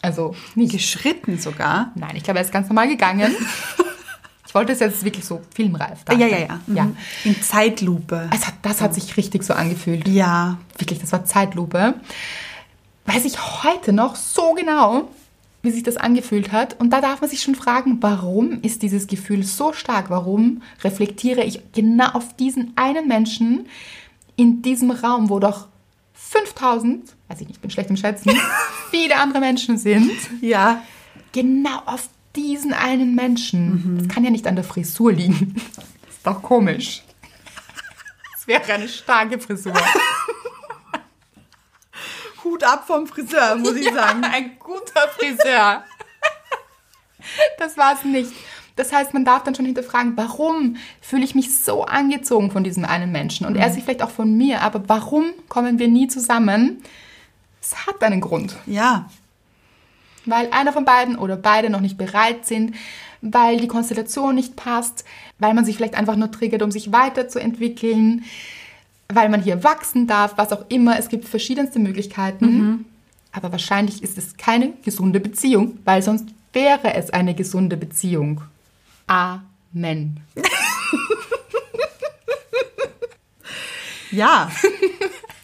Speaker 2: Also nicht.
Speaker 1: Geschritten sogar.
Speaker 2: Nein, ich glaube, er ist ganz normal gegangen. ich wollte es jetzt wirklich so filmreif.
Speaker 1: Ja, ja,
Speaker 2: darstellen.
Speaker 1: ja.
Speaker 2: ja.
Speaker 1: Mhm. In Zeitlupe.
Speaker 2: Es hat, das hat sich richtig so angefühlt.
Speaker 1: Ja.
Speaker 2: Wirklich, das war Zeitlupe. Weiß ich heute noch so genau, wie sich das angefühlt hat. Und da darf man sich schon fragen, warum ist dieses Gefühl so stark? Warum reflektiere ich genau auf diesen einen Menschen in diesem Raum, wo doch 5000, weiß ich nicht, ich bin schlecht im Schätzen, viele andere Menschen sind?
Speaker 1: Ja.
Speaker 2: Genau auf diesen einen Menschen. Das kann ja nicht an der Frisur liegen. Mhm. Das ist doch komisch. Das wäre eine starke Frisur.
Speaker 1: Hut ab vom Friseur, muss ich sagen.
Speaker 2: Ein guter Friseur. Das war's nicht. Das heißt, man darf dann schon hinterfragen, warum fühle ich mich so angezogen von diesem einen Menschen und er sich vielleicht auch von mir, aber warum kommen wir nie zusammen? Es hat einen Grund,
Speaker 1: Ja.
Speaker 2: weil einer von beiden oder beide noch nicht bereit sind, weil die Konstellation nicht passt, weil man sich vielleicht einfach nur triggert, um sich weiterzuentwickeln, weil man hier wachsen darf, was auch immer. Es gibt verschiedenste Möglichkeiten. Aber wahrscheinlich ist es keine gesunde Beziehung, weil sonst wäre es eine gesunde Beziehung. Amen.
Speaker 1: Ja.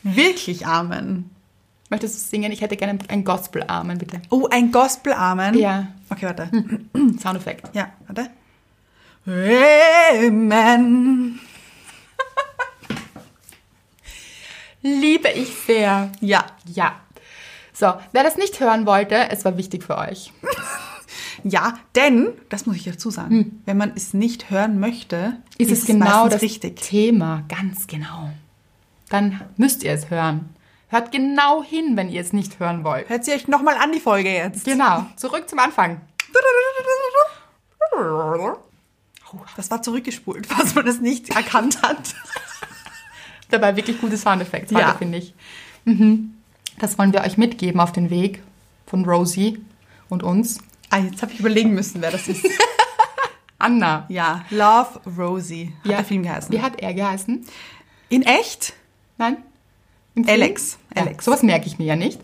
Speaker 1: Wirklich Amen.
Speaker 2: Möchtest du singen? Ich hätte gerne ein Gospel-Amen, bitte.
Speaker 1: Oh, ein Gospel-Amen.
Speaker 2: Ja.
Speaker 1: Okay, warte.
Speaker 2: Mhm. Soundeffekt.
Speaker 1: Ja, warte. Amen.
Speaker 2: Liebe ich sehr.
Speaker 1: Ja.
Speaker 2: Ja. So, wer das nicht hören wollte, es war wichtig für euch.
Speaker 1: Ja, denn, das muss ich dazu sagen, wenn man es nicht hören möchte,
Speaker 2: Ist, es genau
Speaker 1: meistens
Speaker 2: das
Speaker 1: richtig.
Speaker 2: Thema, ganz genau. Dann müsst ihr es hören. Hört genau hin, wenn ihr es nicht hören wollt.
Speaker 1: Hört sie euch nochmal an, die Folge jetzt.
Speaker 2: Genau, zurück zum Anfang.
Speaker 1: Das war zurückgespult, falls man es nicht erkannt hat.
Speaker 2: Dabei wirklich gute Soundeffekte
Speaker 1: Ja.
Speaker 2: heute, finde ich. Mhm. Das wollen wir euch mitgeben auf den Weg von Rosie und uns.
Speaker 1: Ah, jetzt habe ich überlegen müssen, wer das ist.
Speaker 2: Anna.
Speaker 1: Ja, Love Rosie hat der Film geheißen.
Speaker 2: Wie hat er geheißen?
Speaker 1: In echt?
Speaker 2: Nein? Im Film?
Speaker 1: Alex.
Speaker 2: Ja,
Speaker 1: Alex.
Speaker 2: Sowas merke ich mir ja nicht.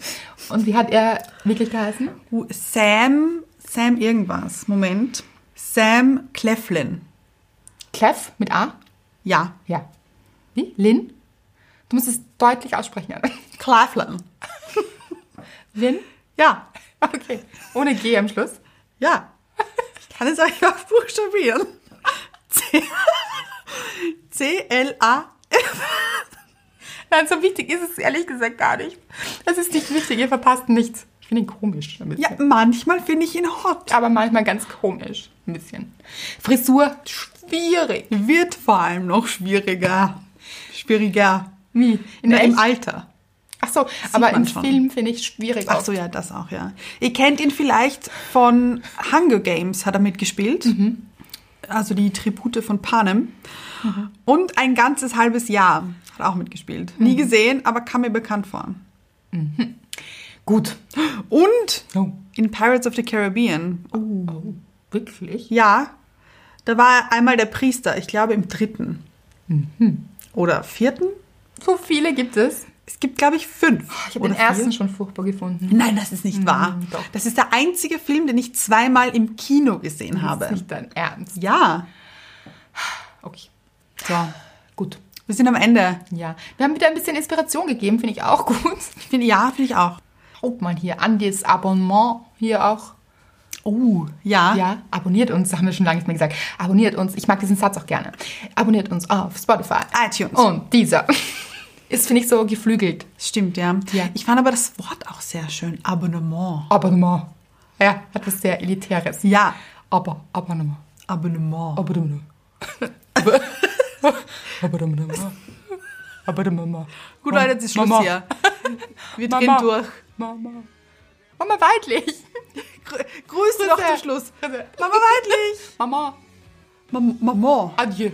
Speaker 2: Und wie hat er wirklich geheißen?
Speaker 1: Uh, Sam, Sam irgendwas. Moment. Sam Cleflin.
Speaker 2: Clef mit A?
Speaker 1: Ja,
Speaker 2: Ja. Wie? Lin? Du musst es deutlich aussprechen, Anna.
Speaker 1: Cleflin.
Speaker 2: Lin?
Speaker 1: Ja,
Speaker 2: Okay. Ohne G am Schluss.
Speaker 1: ja. Ich kann es euch auch buchstabieren. C- C-L-A.
Speaker 2: Nein, so wichtig ist es ehrlich gesagt gar nicht. Das ist nicht wichtig, ihr verpasst nichts. Ich finde ihn komisch. Ein
Speaker 1: Ja,
Speaker 2: bisschen.
Speaker 1: manchmal finde ich ihn hot.
Speaker 2: Aber manchmal ganz komisch. Ein bisschen. Frisur, schwierig.
Speaker 1: Wird vor allem noch schwieriger. Schwieriger.
Speaker 2: Wie? In
Speaker 1: Na,
Speaker 2: der
Speaker 1: Im
Speaker 2: echt?
Speaker 1: Alter.
Speaker 2: Ach so, aber
Speaker 1: man
Speaker 2: im
Speaker 1: schon.
Speaker 2: Film finde ich schwierig.
Speaker 1: Ach so, ja, das auch, ja. Ihr kennt ihn vielleicht von Hunger Games, hat er mitgespielt.
Speaker 2: Mhm.
Speaker 1: Also die Tribute von Panem.
Speaker 2: Mhm.
Speaker 1: Und ein ganzes halbes Jahr hat er auch mitgespielt. Nie
Speaker 2: Mhm.
Speaker 1: gesehen, aber kam mir bekannt vor.
Speaker 2: Gut.
Speaker 1: Und
Speaker 2: Oh.
Speaker 1: in Pirates of the Caribbean.
Speaker 2: oh, wirklich?
Speaker 1: Ja, da war er einmal der Priester, ich glaube im dritten.
Speaker 2: Mhm.
Speaker 1: Oder vierten?
Speaker 2: So viele gibt es.
Speaker 1: Es gibt, glaube ich, fünf.
Speaker 2: Ich habe den
Speaker 1: Oder vier.
Speaker 2: ersten schon furchtbar gefunden.
Speaker 1: Nein, das ist nicht wahr.
Speaker 2: doch.
Speaker 1: Das ist der einzige Film, den ich zweimal im Kino gesehen
Speaker 2: Das ist
Speaker 1: habe.
Speaker 2: nicht dein Ernst.
Speaker 1: Ja.
Speaker 2: Okay,
Speaker 1: So,
Speaker 2: gut.
Speaker 1: wir sind am Ende.
Speaker 2: Ja, wir haben wieder ein bisschen Inspiration gegeben, finde ich auch gut.
Speaker 1: Ich finde, ja, finde ich auch.
Speaker 2: Haut mal hier an das Abonnement hier auch.
Speaker 1: Oh, ja.
Speaker 2: Ja, abonniert uns, haben wir schon lange nicht mehr gesagt. Abonniert uns, ich mag diesen Satz auch gerne. Abonniert uns auf Spotify.
Speaker 1: iTunes.
Speaker 2: Und dieser ist, finde ich, so geflügelt.
Speaker 1: Stimmt, ja.
Speaker 2: Ja.
Speaker 1: Ich fand aber das Wort auch sehr schön. Abonnement.
Speaker 2: Abonnement. Ja, hat was sehr Elitäres.
Speaker 1: Ja.
Speaker 2: Aber, aber nochmal.
Speaker 1: Abonnement.
Speaker 2: Aber nochmal. Aber nochmal. Aber nochmal.
Speaker 1: Gut, Leute, jetzt ist Schluss
Speaker 2: Mama.
Speaker 1: hier. Wir drehen
Speaker 2: Mama.
Speaker 1: durch.
Speaker 2: Mama. Mama weidlich.
Speaker 1: Grü- Grüße noch zum Schluss.
Speaker 2: Grüße.
Speaker 1: Mama Weidlich.
Speaker 2: Mama.
Speaker 1: Mam Maman.
Speaker 2: Adieu.